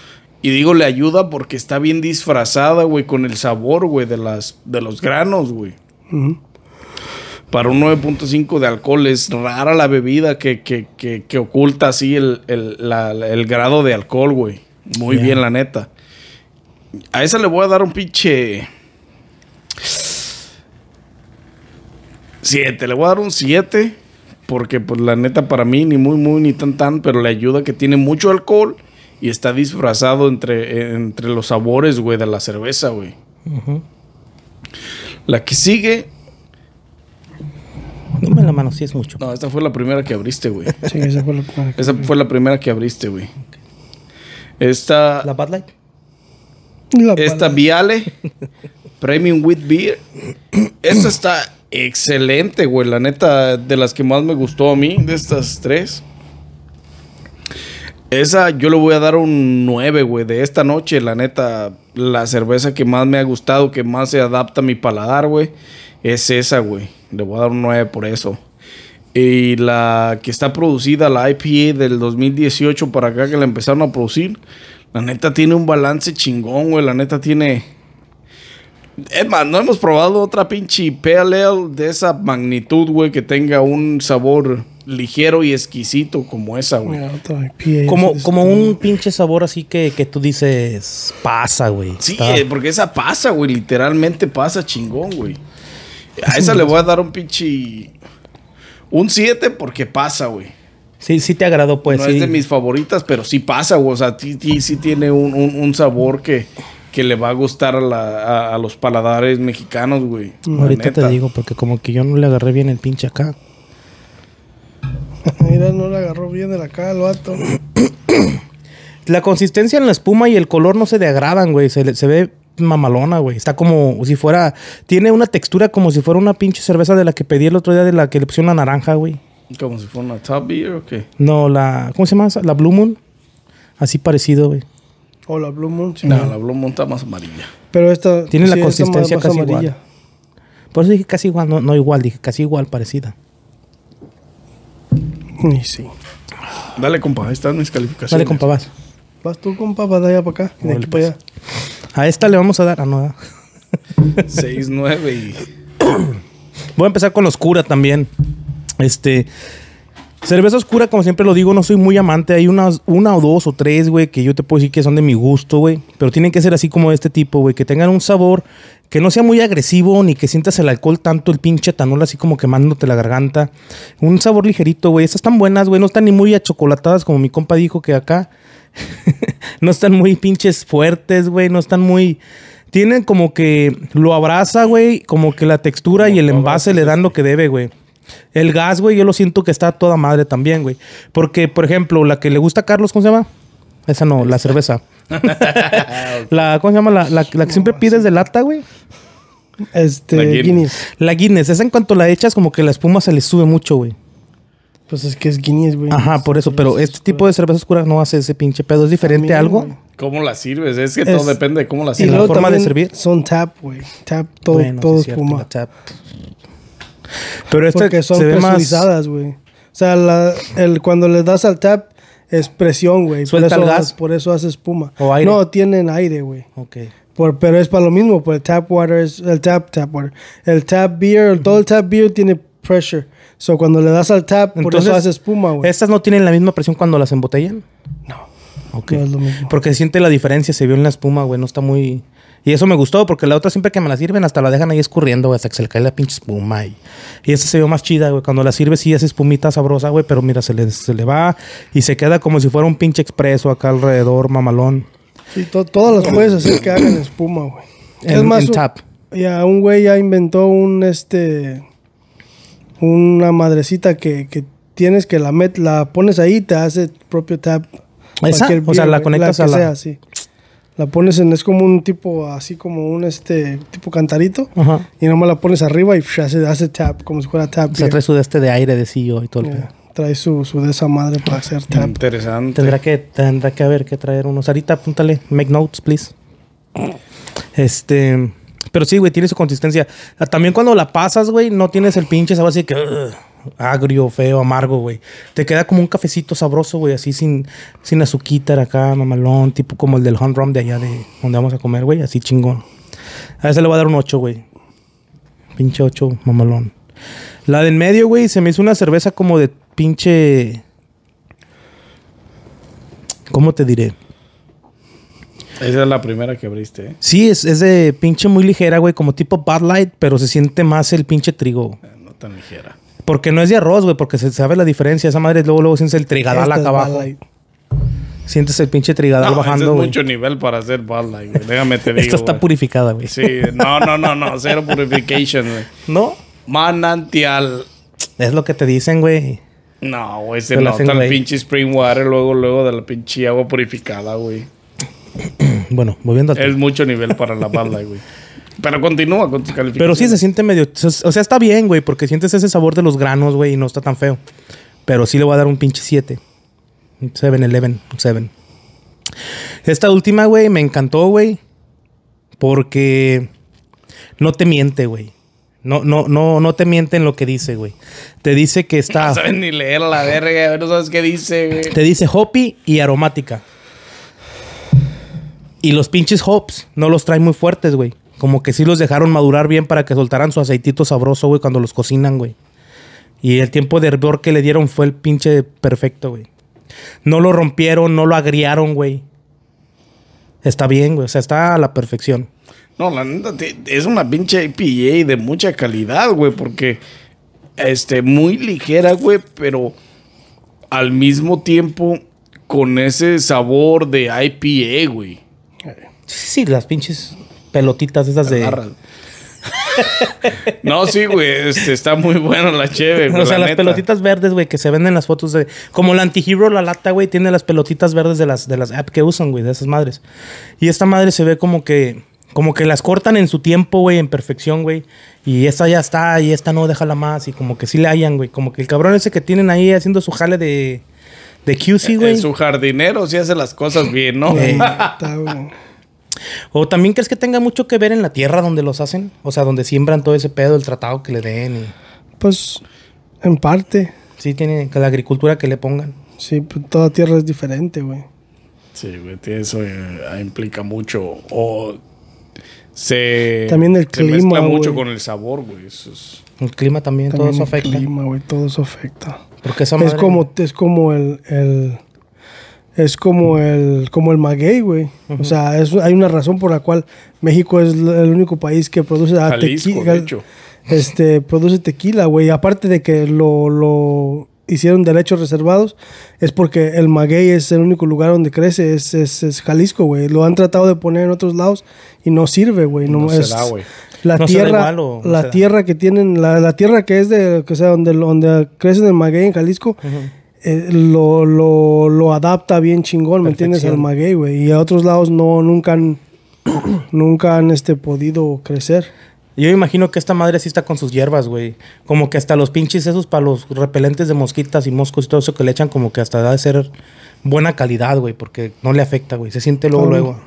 [SPEAKER 3] Y digo le ayuda porque está bien disfrazada, güey, con el sabor, güey, de, las, de los granos, güey.
[SPEAKER 1] Ujú.
[SPEAKER 3] Para un 9.5 de alcohol es rara la bebida que, que, que, que oculta así el, el- la- la- el grado de alcohol, güey. Muy bien, la neta. A esa le voy a dar un pinche... 7, le voy a dar un 7. Porque, pues, la neta, para mí, ni muy, muy, ni tan, tan, pero le ayuda que tiene mucho alcohol y está disfrazado entre, entre los sabores, güey, de la cerveza, güey. La que sigue.
[SPEAKER 2] Dame la mano, sí es mucho.
[SPEAKER 3] No, esta fue la primera que abriste, güey.
[SPEAKER 1] Sí, esa fue la primera. que-
[SPEAKER 3] Esa fue la primera que abriste, güey. Esta,
[SPEAKER 2] La Bad Light.
[SPEAKER 1] La
[SPEAKER 3] esta
[SPEAKER 1] pala-
[SPEAKER 3] Viale Premium Wheat Beer. Esta está excelente, güey. La neta, de las que más me gustó a mí, de estas tres. Esa yo le voy a dar un 9, güey. De esta noche, la neta, la cerveza que más me ha gustado, que más se adapta a mi paladar, güey, es esa, güey. Le voy a dar un 9 por eso. Y la que está producida, la IPA del 2018 para acá, que la empezaron a producir, la neta tiene un balance chingón, güey. La neta tiene. Es más, no hemos probado otra pinche pale ale de esa magnitud, güey, que tenga un sabor ligero y exquisito como esa, güey.
[SPEAKER 1] Mira, otra este, IPA,
[SPEAKER 2] Como,
[SPEAKER 1] esa-
[SPEAKER 2] como un pinche sabor así que, que tú dices pasa, güey.
[SPEAKER 3] Sí,
[SPEAKER 2] Está-
[SPEAKER 3] eh, porque esa pasa, güey. Literalmente pasa chingón, güey. A esa le voy a dar un pinche. Un 7 porque pasa, güey.
[SPEAKER 2] sí, sí te agradó, pues.
[SPEAKER 3] no
[SPEAKER 2] sí.
[SPEAKER 3] es de mis favoritas, pero sí pasa, güey. O sea, sí, sí- sí tiene un, un- un sabor que, que le va a gustar a, la- a- a los paladares mexicanos, güey. La
[SPEAKER 2] Ahorita te
[SPEAKER 3] neta.
[SPEAKER 2] digo, porque como que yo no le agarré bien el pinche acá.
[SPEAKER 1] Mira, no la agarró bien de la cara el vato.
[SPEAKER 2] La consistencia en la espuma y el color no se degradan, güey. Se, le- se ve mamalona, güey. Está como si fuera. Tiene una textura como si fuera una pinche cerveza de la que pedí el otro día, de la que le pusieron la naranja, güey.
[SPEAKER 3] Como si fuera una top beer o qué.
[SPEAKER 2] No, la. ¿Cómo se llama? esa? La Blue Moon. Así parecido, güey.
[SPEAKER 1] O la Blue Moon. sí.
[SPEAKER 3] No, la Blue Moon está más amarilla.
[SPEAKER 1] Pero esta.
[SPEAKER 2] Tiene la
[SPEAKER 1] esta
[SPEAKER 2] consistencia
[SPEAKER 1] más
[SPEAKER 2] casi igual. Por eso dije casi igual, no, no igual, dije casi igual, parecida.
[SPEAKER 1] Y sí.
[SPEAKER 3] Dale, compa, ahí están mis calificaciones.
[SPEAKER 2] Dale, compa, vas.
[SPEAKER 1] Vas tú, compa, para allá para acá. y de
[SPEAKER 2] Órale,
[SPEAKER 3] pues.
[SPEAKER 1] aquí para allá.
[SPEAKER 2] A esta le vamos a dar. Ah, no. ¿verdad?
[SPEAKER 3] 6, 9 y...
[SPEAKER 2] Voy a empezar con la oscura también. Este. Cerveza oscura, como siempre lo digo, no soy muy amante. Hay unas, una o dos o tres, güey, que yo te puedo decir que son de mi gusto, güey. Pero tienen que ser así como de este tipo, güey. Que tengan un sabor que no sea muy agresivo, ni que sientas el alcohol tanto, el pinche etanol así como quemándote la garganta. Un sabor ligerito, güey. Estas están buenas, güey. No están ni muy achocolatadas, como mi compa dijo que acá. no están muy pinches fuertes, güey. No están muy. Tienen como que lo abraza, güey. Como que la textura y el envase le dan lo que debe, güey. El gas, güey, yo lo siento que está a toda madre también, güey. Porque, por ejemplo, la que le gusta a Carlos, ¿cómo se llama? Esa no, la cerveza. la, ¿Cómo se llama? La, la- la que siempre pides de lata, güey.
[SPEAKER 1] Este,
[SPEAKER 3] La Guinness.
[SPEAKER 1] Guinness.
[SPEAKER 2] La Guinness. Esa en cuanto la echas, como que la espuma se le sube mucho, güey.
[SPEAKER 1] Pues es que es Guinness, güey.
[SPEAKER 2] Ajá, por eso. Pero este tipo de cerveza oscura no hace ese pinche pedo. ¿Es diferente
[SPEAKER 1] También,
[SPEAKER 2] a algo?
[SPEAKER 1] güey.
[SPEAKER 3] ¿Cómo la sirves? Es que
[SPEAKER 1] Es-
[SPEAKER 3] todo depende de cómo la
[SPEAKER 1] Y
[SPEAKER 2] la
[SPEAKER 3] sirves.
[SPEAKER 1] luego
[SPEAKER 2] forma de
[SPEAKER 1] también
[SPEAKER 2] servir.
[SPEAKER 1] Son tap, güey. Tap, todo,
[SPEAKER 2] Bueno, sí
[SPEAKER 1] todo
[SPEAKER 2] es cierto,
[SPEAKER 1] espuma.
[SPEAKER 2] la tap. Pero esta
[SPEAKER 1] Porque son
[SPEAKER 2] Este se ve más...
[SPEAKER 1] presurizadas, güey. O sea, la- el, cuando le das al tap es presión, güey. Por,
[SPEAKER 2] Suelta
[SPEAKER 1] eso
[SPEAKER 2] el gas.
[SPEAKER 1] hace- por eso hace espuma.
[SPEAKER 2] O aire.
[SPEAKER 1] No, tienen aire, güey.
[SPEAKER 2] Ok.
[SPEAKER 1] Por- pero es para lo mismo, pues el tap water es el tap, tap water. El tap beer, todo el tap beer tiene pressure. So cuando le das al tap, por eso
[SPEAKER 2] Entonces,
[SPEAKER 1] hace espuma, güey.
[SPEAKER 2] ¿Estas no tienen la misma presión cuando las embotellan? No. Ok.
[SPEAKER 1] No es lo mismo.
[SPEAKER 2] Porque se siente la diferencia, se vio en la espuma, güey, no está muy... Y eso me gustó, porque la otra siempre que me la sirven, hasta la dejan ahí escurriendo, güey, hasta que se le cae la pinche espuma. Y, y esta se vio más chida, güey. Cuando la sirve, sí, hace espumita sabrosa, güey, pero mira, se le, se le va y se queda como si fuera un pinche expreso acá alrededor, mamalón.
[SPEAKER 1] Sí, to- todas las puedes hacer que hagan espuma, güey.
[SPEAKER 2] En- en
[SPEAKER 1] un-
[SPEAKER 2] tap.
[SPEAKER 1] Ya, un güey ya inventó un, este, una madrecita que, que tienes que la met, la pones ahí y te hace tu propio tap.
[SPEAKER 2] ¿Esa?
[SPEAKER 1] Cualquier
[SPEAKER 2] O sea, la
[SPEAKER 1] güey,
[SPEAKER 2] conectas
[SPEAKER 1] que
[SPEAKER 2] a la-
[SPEAKER 1] sea, sí. La pones en, es como un tipo, así como un, este, tipo cantarito.
[SPEAKER 2] Ajá.
[SPEAKER 1] Y nomás la pones arriba y psh, hace, hace tap, como si fuera tap.
[SPEAKER 2] O sea,
[SPEAKER 1] beer.
[SPEAKER 2] trae su de este de aire, de sillo y todo el pedo.
[SPEAKER 1] Ya, trae su, su de esa madre para hacer
[SPEAKER 2] Mm.
[SPEAKER 1] tap.
[SPEAKER 3] Interesante.
[SPEAKER 2] Tendrá que, tendrá que haber que traer unos. Ahorita apúntale, make notes, please. Este. Pero sí, güey, tiene su consistencia. Ah, También cuando la pasas, güey, no tienes el pinche sabor así que. "Ugh", agrio, feo, amargo, güey. Te queda como un cafecito sabroso, güey, así sin, sin azuquitar acá, mamalón, tipo como el del home run de allá de donde vamos a comer, güey, así chingón. A ese le voy a dar un 8, güey. Pinche 8, mamalón. La del medio, güey, se me hizo una cerveza como de pinche. ¿Cómo te diré?
[SPEAKER 3] Esa es la primera que abriste, ¿eh?
[SPEAKER 2] Sí, es, es de pinche muy ligera, güey, como tipo Bad Light, pero se siente más el pinche trigo.
[SPEAKER 3] Ah, No tan ligera.
[SPEAKER 2] Porque no es de arroz, güey, porque se sabe la diferencia. Esa madre luego, luego sientes el trigadal
[SPEAKER 1] Esta es
[SPEAKER 2] acá
[SPEAKER 1] Bud
[SPEAKER 2] abajo.
[SPEAKER 1] Light.
[SPEAKER 2] Sientes el pinche trigadal
[SPEAKER 3] No, ese
[SPEAKER 2] Ah, bajando,
[SPEAKER 3] es
[SPEAKER 2] güey.
[SPEAKER 3] mucho nivel para hacer Bud Light, güey. Déjame te digo,
[SPEAKER 2] Esta está
[SPEAKER 3] güey.
[SPEAKER 2] purificada, güey.
[SPEAKER 3] Sí, no, no, no, no. Cero purification, güey.
[SPEAKER 2] ¿No?
[SPEAKER 3] Manantial.
[SPEAKER 2] Es lo que te dicen, güey.
[SPEAKER 3] No, güey,
[SPEAKER 2] Te
[SPEAKER 3] se
[SPEAKER 2] la
[SPEAKER 3] nota
[SPEAKER 2] hacen,
[SPEAKER 3] el
[SPEAKER 2] güey.
[SPEAKER 3] pinche spring water luego, luego de la pinche agua purificada, güey.
[SPEAKER 2] Bueno, volviendo al tema.
[SPEAKER 3] Es mucho nivel para la Bud Light, güey. Pero continúa con tus calificaciones.
[SPEAKER 2] Pero sí se siente medio. O sea, está bien, güey, porque sientes ese sabor de los granos, güey, y no está tan feo. Pero sí le voy a dar un pinche 7. 7, 11, 7. Esta última, güey, me encantó, güey. Porque no te miente, güey. No, no, no, no te miente en lo que dice, güey. Te dice que está.
[SPEAKER 3] No sabes ni leer a la verga, güey. No sabes qué dice, güey.
[SPEAKER 2] Te dice hoppy y aromática. Y los pinches hops no los traen muy fuertes, güey. Como que sí los dejaron madurar bien para que soltaran su aceitito sabroso, güey, cuando los cocinan, güey. Y el tiempo de hervor que le dieron fue el pinche perfecto, güey. No lo rompieron, no lo agriaron, güey. Está bien, güey. O sea, está a la perfección.
[SPEAKER 3] No, la neta, te- es una pinche IPA de mucha calidad, güey, porque este, muy ligera, güey, pero al mismo tiempo con ese sabor de IPA, güey.
[SPEAKER 2] Sí, sí, las pinches pelotitas esas de...
[SPEAKER 3] Agarras. no, sí, güey, este, está muy buena la cheve, güey.
[SPEAKER 2] O sea,
[SPEAKER 3] la
[SPEAKER 2] las
[SPEAKER 3] neta.
[SPEAKER 2] pelotitas verdes, güey, que se venden en las fotos de. Como la antihero, la lata, güey, tiene las pelotitas verdes de las, de las app que usan, güey, de esas madres. Y esta madre se ve como que. Como que las cortan en su tiempo, güey, en perfección, güey. Y esta ya está, y esta no, déjala más. Y como que sí le hallan, güey. Como que el cabrón ese que tienen ahí haciendo su jale de. De QC, güey.
[SPEAKER 3] Eh, su jardinero sí hace las cosas bien, ¿no?
[SPEAKER 1] Ahí está, güey.
[SPEAKER 2] O también crees que tenga mucho que ver en la tierra donde los hacen. O sea, donde siembran todo ese pedo, el tratado que le den. y-
[SPEAKER 1] Pues, en parte.
[SPEAKER 2] sí, tiene que la agricultura que le pongan.
[SPEAKER 1] Sí, pues, toda tierra es diferente, güey.
[SPEAKER 3] Sí, güey, tiene eso eh, implica mucho. O se.
[SPEAKER 1] También el
[SPEAKER 3] se
[SPEAKER 1] clima,
[SPEAKER 3] mezcla mucho
[SPEAKER 1] güey.
[SPEAKER 3] con el sabor, güey. Eso es-
[SPEAKER 2] El clima también, todo
[SPEAKER 1] También
[SPEAKER 2] eso
[SPEAKER 1] el
[SPEAKER 2] afecta.
[SPEAKER 1] clima, güey, todo eso afecta.
[SPEAKER 2] Porque esa
[SPEAKER 1] Es
[SPEAKER 2] madre-
[SPEAKER 1] como, es como el, el- es como el, como el maguey, güey. O sea, es- hay una razón por la cual México es l- el único país que produce a
[SPEAKER 3] Jalisco,
[SPEAKER 1] tequi-
[SPEAKER 3] de hecho.
[SPEAKER 1] Este, produce tequila, güey. Aparte de que lo, lo hicieron derechos reservados, es porque el maguey es el único lugar donde crece, es, es, es Jalisco, güey. Lo han tratado de poner en otros lados y no sirve, güey. No,
[SPEAKER 3] No se
[SPEAKER 1] es-
[SPEAKER 3] da, güey.
[SPEAKER 1] La
[SPEAKER 2] No se da
[SPEAKER 1] tierra,
[SPEAKER 2] igual o no
[SPEAKER 1] la
[SPEAKER 2] se da.
[SPEAKER 1] tierra que tienen, la, la tierra que es de, que sea, donde, donde crecen el maguey en Jalisco, eh, lo, lo, lo adapta bien chingón, ¿me entiendes? Al
[SPEAKER 2] Perfección.
[SPEAKER 1] maguey, güey. Y a otros lados no, nunca han, nunca han este, podido crecer.
[SPEAKER 2] Yo imagino que esta madre sí está con sus hierbas, güey. Como que hasta los pinches esos para los repelentes de mosquitas y moscos y todo eso que le echan, como que hasta da de ser buena calidad, güey, porque no le afecta, güey. Se siente luego,
[SPEAKER 1] Ah.
[SPEAKER 2] luego.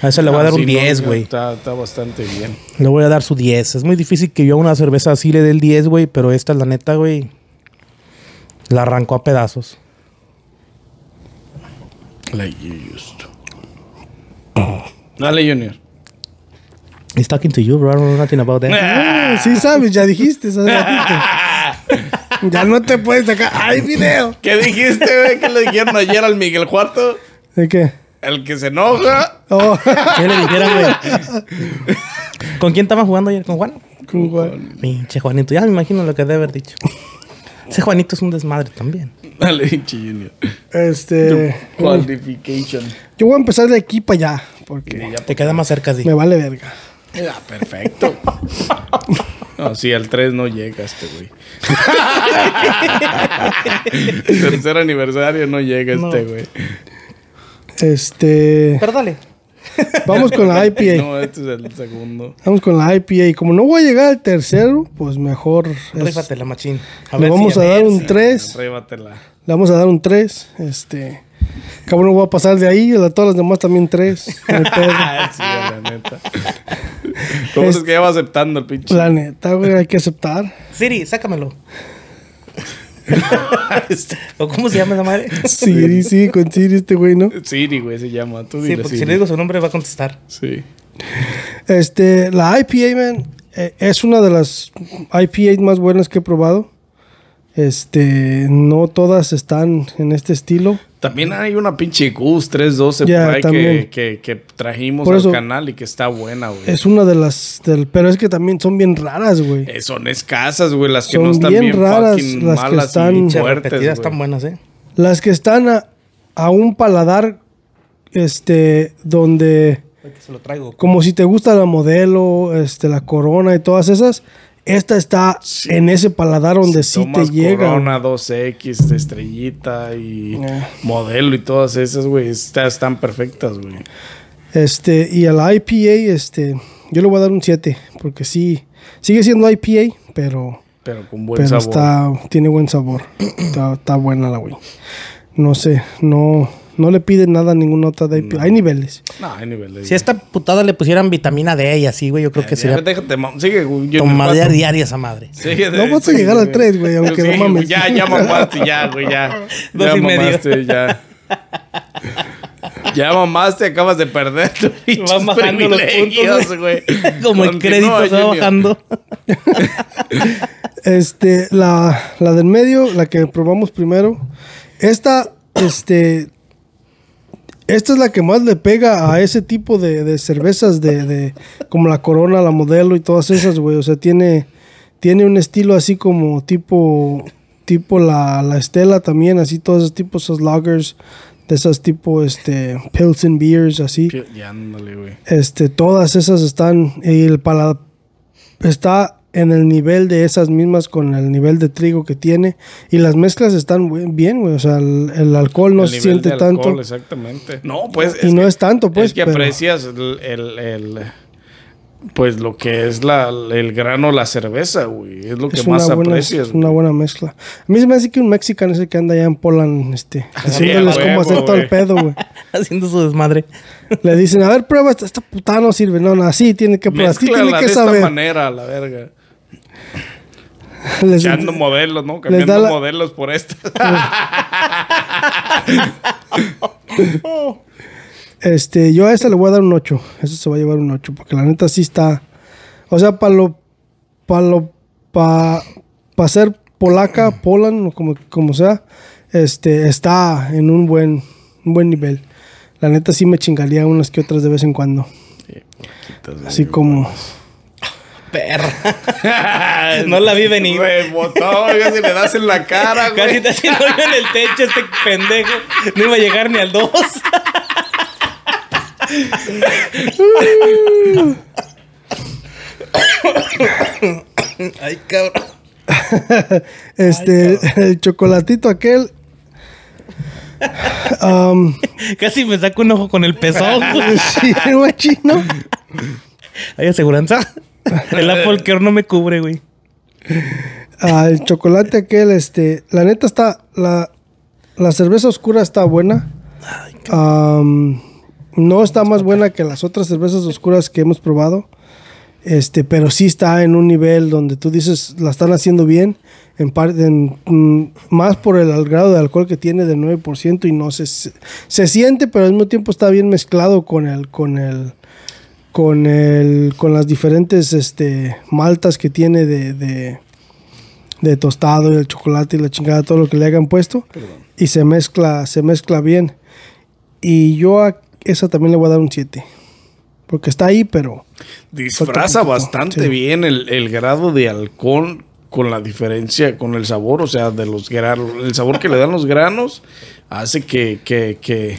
[SPEAKER 2] A esa le voy a
[SPEAKER 3] Ah,
[SPEAKER 2] dar
[SPEAKER 3] sí,
[SPEAKER 2] un
[SPEAKER 3] no,
[SPEAKER 2] 10,
[SPEAKER 3] ya
[SPEAKER 2] güey.
[SPEAKER 3] Está, está bastante bien.
[SPEAKER 2] Le voy a dar su 10. Es muy difícil que yo a una cerveza así le dé el 10, güey, pero esta, la neta, güey, la arrancó a pedazos.
[SPEAKER 3] Like you used to. Dale, Junior.
[SPEAKER 2] It's talking to you, bro. I don't know nothing about that.
[SPEAKER 1] Ah, Sí sabes, ya dijiste. hace ratito. ya no te puedes sacar. ¡Ay, video!
[SPEAKER 3] ¿Qué dijiste, güey? ¿Qué le dijeron ayer al Miguel Cuarto?
[SPEAKER 1] ¿De qué?
[SPEAKER 3] El que se enoja.
[SPEAKER 1] Oh,
[SPEAKER 2] ¿Qué le dijeron, güey? ¿Con quién estaban jugando ayer? ¿Con Juan?
[SPEAKER 1] con Juan.
[SPEAKER 2] Pinche Juanito, ya me imagino lo que debe haber dicho. Ese Juanito es un desmadre también.
[SPEAKER 3] Dale, pinche Junior.
[SPEAKER 1] este,
[SPEAKER 3] Qualification.
[SPEAKER 1] yo voy a empezar de aquí para allá, porque
[SPEAKER 2] Te queda más cerca, sí.
[SPEAKER 1] me vale verga.
[SPEAKER 3] Ah, perfecto. No, sí, al 3 no llegaste, güey. Tercer aniversario no llega
[SPEAKER 2] No.
[SPEAKER 3] este, güey.
[SPEAKER 1] Este,
[SPEAKER 2] Pero dale.
[SPEAKER 1] vamos con la IPA.
[SPEAKER 3] No, este es el segundo.
[SPEAKER 1] Vamos con la IPA. Y como no voy a llegar al tercero, pues mejor. es-
[SPEAKER 2] Rífate la machín.
[SPEAKER 1] le
[SPEAKER 2] ver
[SPEAKER 1] vamos
[SPEAKER 2] si-
[SPEAKER 1] a dar
[SPEAKER 2] ver
[SPEAKER 1] un
[SPEAKER 2] si-
[SPEAKER 1] 3.
[SPEAKER 3] Arrébatela.
[SPEAKER 1] Le vamos a dar un 3. Este. Cabrón, no voy a pasar de ahí. A todas las demás también 3.
[SPEAKER 3] Sí, la neta. ¿Cómo es que ya va aceptando el pinche?
[SPEAKER 1] La neta, güey, hay que aceptar.
[SPEAKER 2] Siri, sácamelo.
[SPEAKER 3] Este,
[SPEAKER 2] ¿O cómo se llama esa madre?
[SPEAKER 1] Siri, sí, con Siri este güey, ¿no?
[SPEAKER 3] Siri, güey, se llama. Tú
[SPEAKER 2] Sí,
[SPEAKER 3] dile
[SPEAKER 2] porque
[SPEAKER 3] Siri.
[SPEAKER 2] si le digo su nombre va a contestar.
[SPEAKER 3] Sí.
[SPEAKER 1] Este, la IPA, man, eh, es una de las IPA más buenas que he probado. Este, no todas están en este estilo.
[SPEAKER 3] También hay una pinche Goose 312
[SPEAKER 1] Ya,
[SPEAKER 3] por ahí
[SPEAKER 1] también.
[SPEAKER 3] que, que, que trajimos
[SPEAKER 1] Por
[SPEAKER 3] al
[SPEAKER 1] eso-
[SPEAKER 3] canal y que está buena, güey.
[SPEAKER 1] Es una de las. del- pero es que también son bien raras, güey.
[SPEAKER 3] Eh, son escasas, güey, las que
[SPEAKER 1] Son
[SPEAKER 3] no están
[SPEAKER 1] bien
[SPEAKER 3] bien,
[SPEAKER 1] raras
[SPEAKER 3] fucking
[SPEAKER 1] las que
[SPEAKER 3] malas
[SPEAKER 1] están-
[SPEAKER 3] y
[SPEAKER 1] Che,
[SPEAKER 2] Muchas
[SPEAKER 3] fuertes,
[SPEAKER 2] repetidas
[SPEAKER 3] güey.
[SPEAKER 2] tan buenas, ¿eh?
[SPEAKER 1] las que están a, a un paladar, este, donde,
[SPEAKER 2] Ahorita Se lo traigo.
[SPEAKER 1] como si te gusta la modelo, este, la corona y todas esas, esta está en ese paladar donde sí te
[SPEAKER 3] Tomas
[SPEAKER 1] llega.
[SPEAKER 3] Corona 2X, de estrellita y
[SPEAKER 1] Ah.
[SPEAKER 3] modelo y todas esas, güey, estas están perfectas, güey.
[SPEAKER 1] Este, y a la IPA, este, yo le voy a dar un 7, porque sí, sigue siendo IPA, pero,
[SPEAKER 3] Pero con buen
[SPEAKER 1] pero
[SPEAKER 3] sabor.
[SPEAKER 1] está, tiene buen sabor. está, está buena la güey. No sé, no, no le piden nada a ninguna otra de IPA. Hay niveles.
[SPEAKER 3] No, hay nivel de-
[SPEAKER 2] Si a esta putada le pusieran vitamina D y así, güey, yo creo que
[SPEAKER 3] Ya,
[SPEAKER 2] sería
[SPEAKER 3] déjate, mam- sigue, güey. yo-
[SPEAKER 2] tomadera diaria esa madre.
[SPEAKER 3] Sigue,
[SPEAKER 1] No vas a
[SPEAKER 3] sigue,
[SPEAKER 1] llegar al tres, güey, aunque no
[SPEAKER 3] güey,
[SPEAKER 1] mames.
[SPEAKER 3] Ya, ya mamaste, ya, güey, ya.
[SPEAKER 2] Dos
[SPEAKER 3] ya
[SPEAKER 2] y medio.
[SPEAKER 3] mamaste, ya. Ya mamaste, acabas de perder tus
[SPEAKER 2] Van
[SPEAKER 3] pinches
[SPEAKER 2] bajando los
[SPEAKER 3] privilegios,
[SPEAKER 2] puntos,
[SPEAKER 3] güey.
[SPEAKER 2] güey. Como el
[SPEAKER 3] Continúa,
[SPEAKER 2] crédito se va
[SPEAKER 3] Junior.
[SPEAKER 2] bajando.
[SPEAKER 1] Este, la, la del medio, la que probamos primero. Esta, este. Esta es la que más le pega a ese tipo de, de cervezas de, de- como la Corona, la Modelo y todas esas, güey. O sea, tiene, tiene un estilo así como tipo, tipo la, la Estela también, así todos esos tipos, esos lagers, de esas tipo, este, Pilsen beers, así.
[SPEAKER 3] Ya, ándale, güey.
[SPEAKER 1] Este, todas esas están. Y el paladar está en el nivel de esas mismas con el nivel de trigo que tiene. Y las mezclas están bu- bien, güey. O sea, el, el alcohol no
[SPEAKER 3] El
[SPEAKER 1] se
[SPEAKER 3] nivel
[SPEAKER 1] siente
[SPEAKER 3] de alcohol,
[SPEAKER 1] tanto.
[SPEAKER 3] Exactamente. No, pues.
[SPEAKER 1] Y
[SPEAKER 3] es
[SPEAKER 1] no
[SPEAKER 3] que-
[SPEAKER 1] es tanto, pues.
[SPEAKER 3] Es que
[SPEAKER 1] pero-
[SPEAKER 3] aprecias el, el- el- Pues lo que es la, el grano, la cerveza, güey. Es lo que
[SPEAKER 1] es una,
[SPEAKER 3] más
[SPEAKER 1] buena,
[SPEAKER 3] aprecias.
[SPEAKER 1] es una buena mezcla. A mí se me hace que un mexicano es el que anda allá en Poland, este, haciéndoles
[SPEAKER 3] a
[SPEAKER 1] cómo
[SPEAKER 3] Ah, huevo,
[SPEAKER 1] hacer todo el
[SPEAKER 3] güey.
[SPEAKER 1] pedo, güey.
[SPEAKER 2] Haciendo su desmadre.
[SPEAKER 1] Le dicen, a ver, prueba, esta, esta puta no sirve. No, no, así tiene que probar, así tiene
[SPEAKER 3] Mezclala
[SPEAKER 1] que
[SPEAKER 3] de esta
[SPEAKER 1] saber.
[SPEAKER 3] manera, la verga.
[SPEAKER 1] Les-
[SPEAKER 3] Echando modelos, ¿no?
[SPEAKER 1] les da
[SPEAKER 3] Cambiando
[SPEAKER 1] la-
[SPEAKER 3] modelos por estas.
[SPEAKER 1] Este, yo a esta le voy a dar un 8. Eso se va a llevar un 8. Porque la neta sí está. O sea, para lo. Para lo. Para pa ser polaca, Polan, o como, como sea. Este, está en un buen, un buen nivel. La neta sí me chingaría unas que otras de vez en cuando. Así como.
[SPEAKER 2] Perra. No la vi venir.
[SPEAKER 3] Güey, botón, casi le das en la cara, güey.
[SPEAKER 2] Casi te haciendo hoyo en el techo este pendejo. No iba a llegar ni al 2. Ay, cabrón.
[SPEAKER 1] Este, el, el chocolatito aquel. Am,
[SPEAKER 2] Casi me saco un ojo con el pezón. güey.
[SPEAKER 1] sí, güey, chino.
[SPEAKER 2] ¿Hay aseguranza? El Apple Care no me cubre, güey.
[SPEAKER 1] Ah, el chocolate aquel, este, la neta está, la, la cerveza oscura está buena. Am, no está más buena que las otras cervezas oscuras que hemos probado. Este, pero sí está en un nivel donde tú dices, la están haciendo bien, en par- en, mm, más por el, al- grado de alcohol que tiene de 9% y no se, se, se siente, pero al mismo tiempo está bien mezclado con el, con el, con el, con las diferentes, este, maltas que tiene de- de, de tostado y el chocolate y la chingada, todo lo que le hagan puesto. Y se mezcla, se mezcla bien. Y yo a esa también le voy a dar un 7. Porque está ahí, pero
[SPEAKER 3] Disfraza
[SPEAKER 1] Falta poquito,
[SPEAKER 3] bastante
[SPEAKER 1] sí.
[SPEAKER 3] bien el, el grado de alcohol con la diferencia, con el sabor, o sea, de los granos. El sabor que le dan los granos hace que, que, que,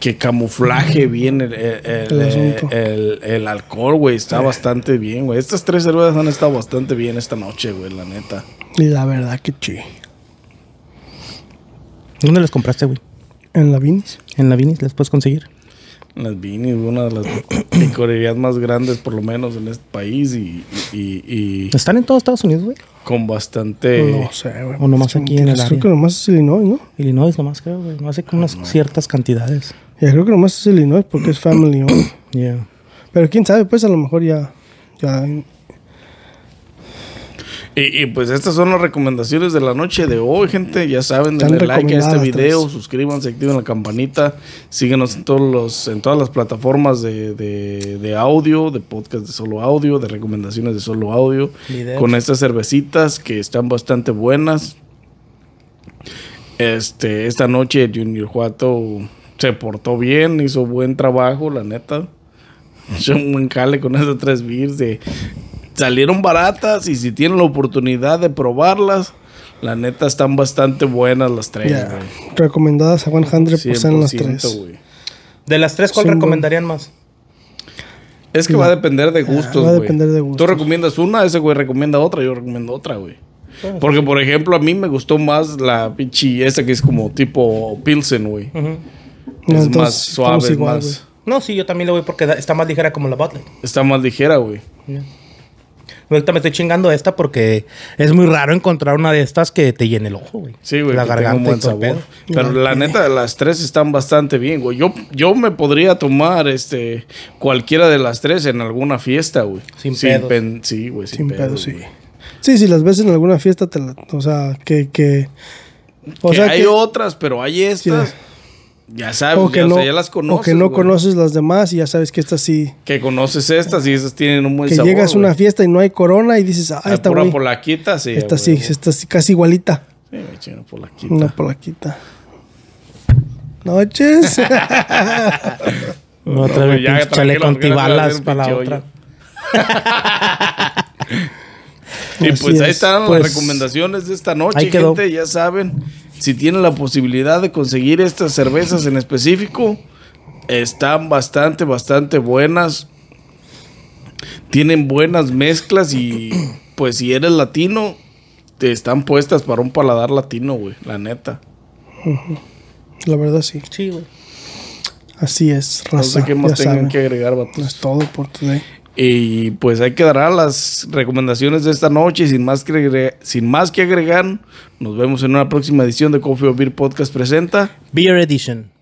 [SPEAKER 3] que camuflaje bien el, el- el-
[SPEAKER 1] El asunto.
[SPEAKER 3] el- el alcohol, güey. Está bastante bien, güey. Estas tres cervezas han estado bastante bien esta noche, güey, la neta.
[SPEAKER 1] la verdad que sí.
[SPEAKER 2] ¿Dónde las compraste, güey?
[SPEAKER 1] En la Vinis.
[SPEAKER 2] En la Vinis las puedes conseguir.
[SPEAKER 3] Las Vinis, una de las licorerías más grandes, por lo menos, en este país y, y- y- y
[SPEAKER 2] ¿Están en todo Estados Unidos, güey?
[SPEAKER 3] con bastante.
[SPEAKER 1] No sé, güey.
[SPEAKER 2] O nomás
[SPEAKER 1] Es que
[SPEAKER 2] aquí en el
[SPEAKER 1] mentiras. Creo
[SPEAKER 2] área.
[SPEAKER 1] que nomás es Illinois, ¿no?
[SPEAKER 2] Illinois nomás creo, güey. No hace como unas ciertas cantidades.
[SPEAKER 1] Ya creo que nomás es Illinois porque es family owned.
[SPEAKER 2] Yeah.
[SPEAKER 1] Pero quién sabe, pues a lo mejor ya. ya
[SPEAKER 3] Y, y, pues estas son las recomendaciones de la noche de hoy, gente. Ya saben,
[SPEAKER 1] Están
[SPEAKER 3] denle like a este
[SPEAKER 1] recomendadas
[SPEAKER 3] video,
[SPEAKER 1] todas.
[SPEAKER 3] suscríbanse, activen la campanita, síguenos en todos los, en todas las plataformas de, de- de audio, de podcast de solo audio, de recomendaciones de solo audio,
[SPEAKER 2] Videos.
[SPEAKER 3] con estas cervecitas que están bastante buenas. Este, esta noche Junior Juato se portó bien, hizo buen trabajo, la neta. Hizo un buen jale con esas tres beers de salieron baratas y si tienen la oportunidad de probarlas, la neta están bastante buenas las tres,
[SPEAKER 1] ya.
[SPEAKER 3] güey.
[SPEAKER 1] Recomendadas a 100% las
[SPEAKER 3] 100%,
[SPEAKER 1] tres.
[SPEAKER 3] güey.
[SPEAKER 2] De las tres, ¿cuál
[SPEAKER 1] Son
[SPEAKER 2] recomendarían más?
[SPEAKER 3] Es que va a depender de gustos,
[SPEAKER 1] va a
[SPEAKER 3] güey.
[SPEAKER 1] depender de
[SPEAKER 3] Tú
[SPEAKER 1] gustos.
[SPEAKER 3] recomiendas una, ese güey recomienda otra, yo recomiendo otra, güey. Porque, por ejemplo, a mí me gustó más la pinche esta que es como tipo Pilsen, güey.
[SPEAKER 1] No,
[SPEAKER 3] es
[SPEAKER 1] entonces,
[SPEAKER 3] más
[SPEAKER 1] estamos
[SPEAKER 3] suave, es
[SPEAKER 1] igual,
[SPEAKER 3] más-
[SPEAKER 1] güey.
[SPEAKER 2] No, sí, yo también le voy porque da- está más ligera como la Butler.
[SPEAKER 3] está más ligera, güey.
[SPEAKER 2] Ahorita me estoy chingando esta porque es muy raro encontrar una de estas que te llene el ojo, güey.
[SPEAKER 3] Sí, güey.
[SPEAKER 2] La
[SPEAKER 3] que tenga
[SPEAKER 2] garganta
[SPEAKER 3] un
[SPEAKER 2] y todo el pedo.
[SPEAKER 3] Pero la neta, las tres están bastante bien, güey. Yo, yo me podría tomar este cualquiera de las tres en alguna fiesta, güey.
[SPEAKER 2] Sin pedos.
[SPEAKER 3] pen- sí, güey, sin,
[SPEAKER 1] Sin
[SPEAKER 3] pedos,
[SPEAKER 1] pedos, sí.
[SPEAKER 3] güey.
[SPEAKER 1] Sí, si las ves en alguna fiesta, te la- o sea, que... que o
[SPEAKER 3] Que
[SPEAKER 1] sea,
[SPEAKER 3] hay
[SPEAKER 1] que,
[SPEAKER 3] otras, pero hay estas.
[SPEAKER 1] Sí.
[SPEAKER 3] Ya sabes,
[SPEAKER 1] o que
[SPEAKER 3] ya, o
[SPEAKER 1] no,
[SPEAKER 3] sea, ya las conoces.
[SPEAKER 1] o que no
[SPEAKER 3] güey.
[SPEAKER 1] conoces las demás y ya sabes que estas sí...
[SPEAKER 3] Que conoces estas y esas tienen un buen
[SPEAKER 1] Que
[SPEAKER 3] sabor.
[SPEAKER 1] llegas a
[SPEAKER 3] güey.
[SPEAKER 1] una fiesta y no hay corona y dices, ah,
[SPEAKER 3] La
[SPEAKER 1] esta
[SPEAKER 3] pura
[SPEAKER 1] güey,
[SPEAKER 3] polaquita, sí.
[SPEAKER 1] esta
[SPEAKER 3] güey,
[SPEAKER 1] sí,
[SPEAKER 3] güey. Sí,
[SPEAKER 1] esta sí, casi igualita.
[SPEAKER 3] güey, chino, polaquita.
[SPEAKER 1] Una polaquita. Noches.
[SPEAKER 2] No, otra vez
[SPEAKER 3] güey, ya,
[SPEAKER 2] pinche
[SPEAKER 3] tranquilo,
[SPEAKER 2] chaleco
[SPEAKER 3] porque no te va a
[SPEAKER 2] antibalas
[SPEAKER 3] hacer
[SPEAKER 2] para la
[SPEAKER 3] pinche
[SPEAKER 2] otra.
[SPEAKER 3] hoyo. Y
[SPEAKER 1] Así
[SPEAKER 3] pues ahí
[SPEAKER 1] es.
[SPEAKER 3] están
[SPEAKER 2] Pues,
[SPEAKER 3] las recomendaciones de esta noche,
[SPEAKER 2] ahí quedó.
[SPEAKER 3] gente. Ya saben, si tienen la posibilidad de conseguir estas cervezas en específico, están bastante, bastante buenas. Tienen buenas mezclas y pues si eres latino, te están puestas para un paladar latino, güey, la neta.
[SPEAKER 1] La verdad sí.
[SPEAKER 2] Sí, güey.
[SPEAKER 1] Así es,
[SPEAKER 3] No
[SPEAKER 1] raza.
[SPEAKER 3] sé qué más
[SPEAKER 1] ya
[SPEAKER 3] tengan
[SPEAKER 1] saben.
[SPEAKER 3] que agregar, vatos.
[SPEAKER 1] Es todo por today.
[SPEAKER 3] Y pues ahí quedarán las recomendaciones de esta noche. Sin más, que agre- sin más que agregar, nos vemos en una próxima edición de Coffee or Beer Podcast Presenta.
[SPEAKER 2] Beer Edition.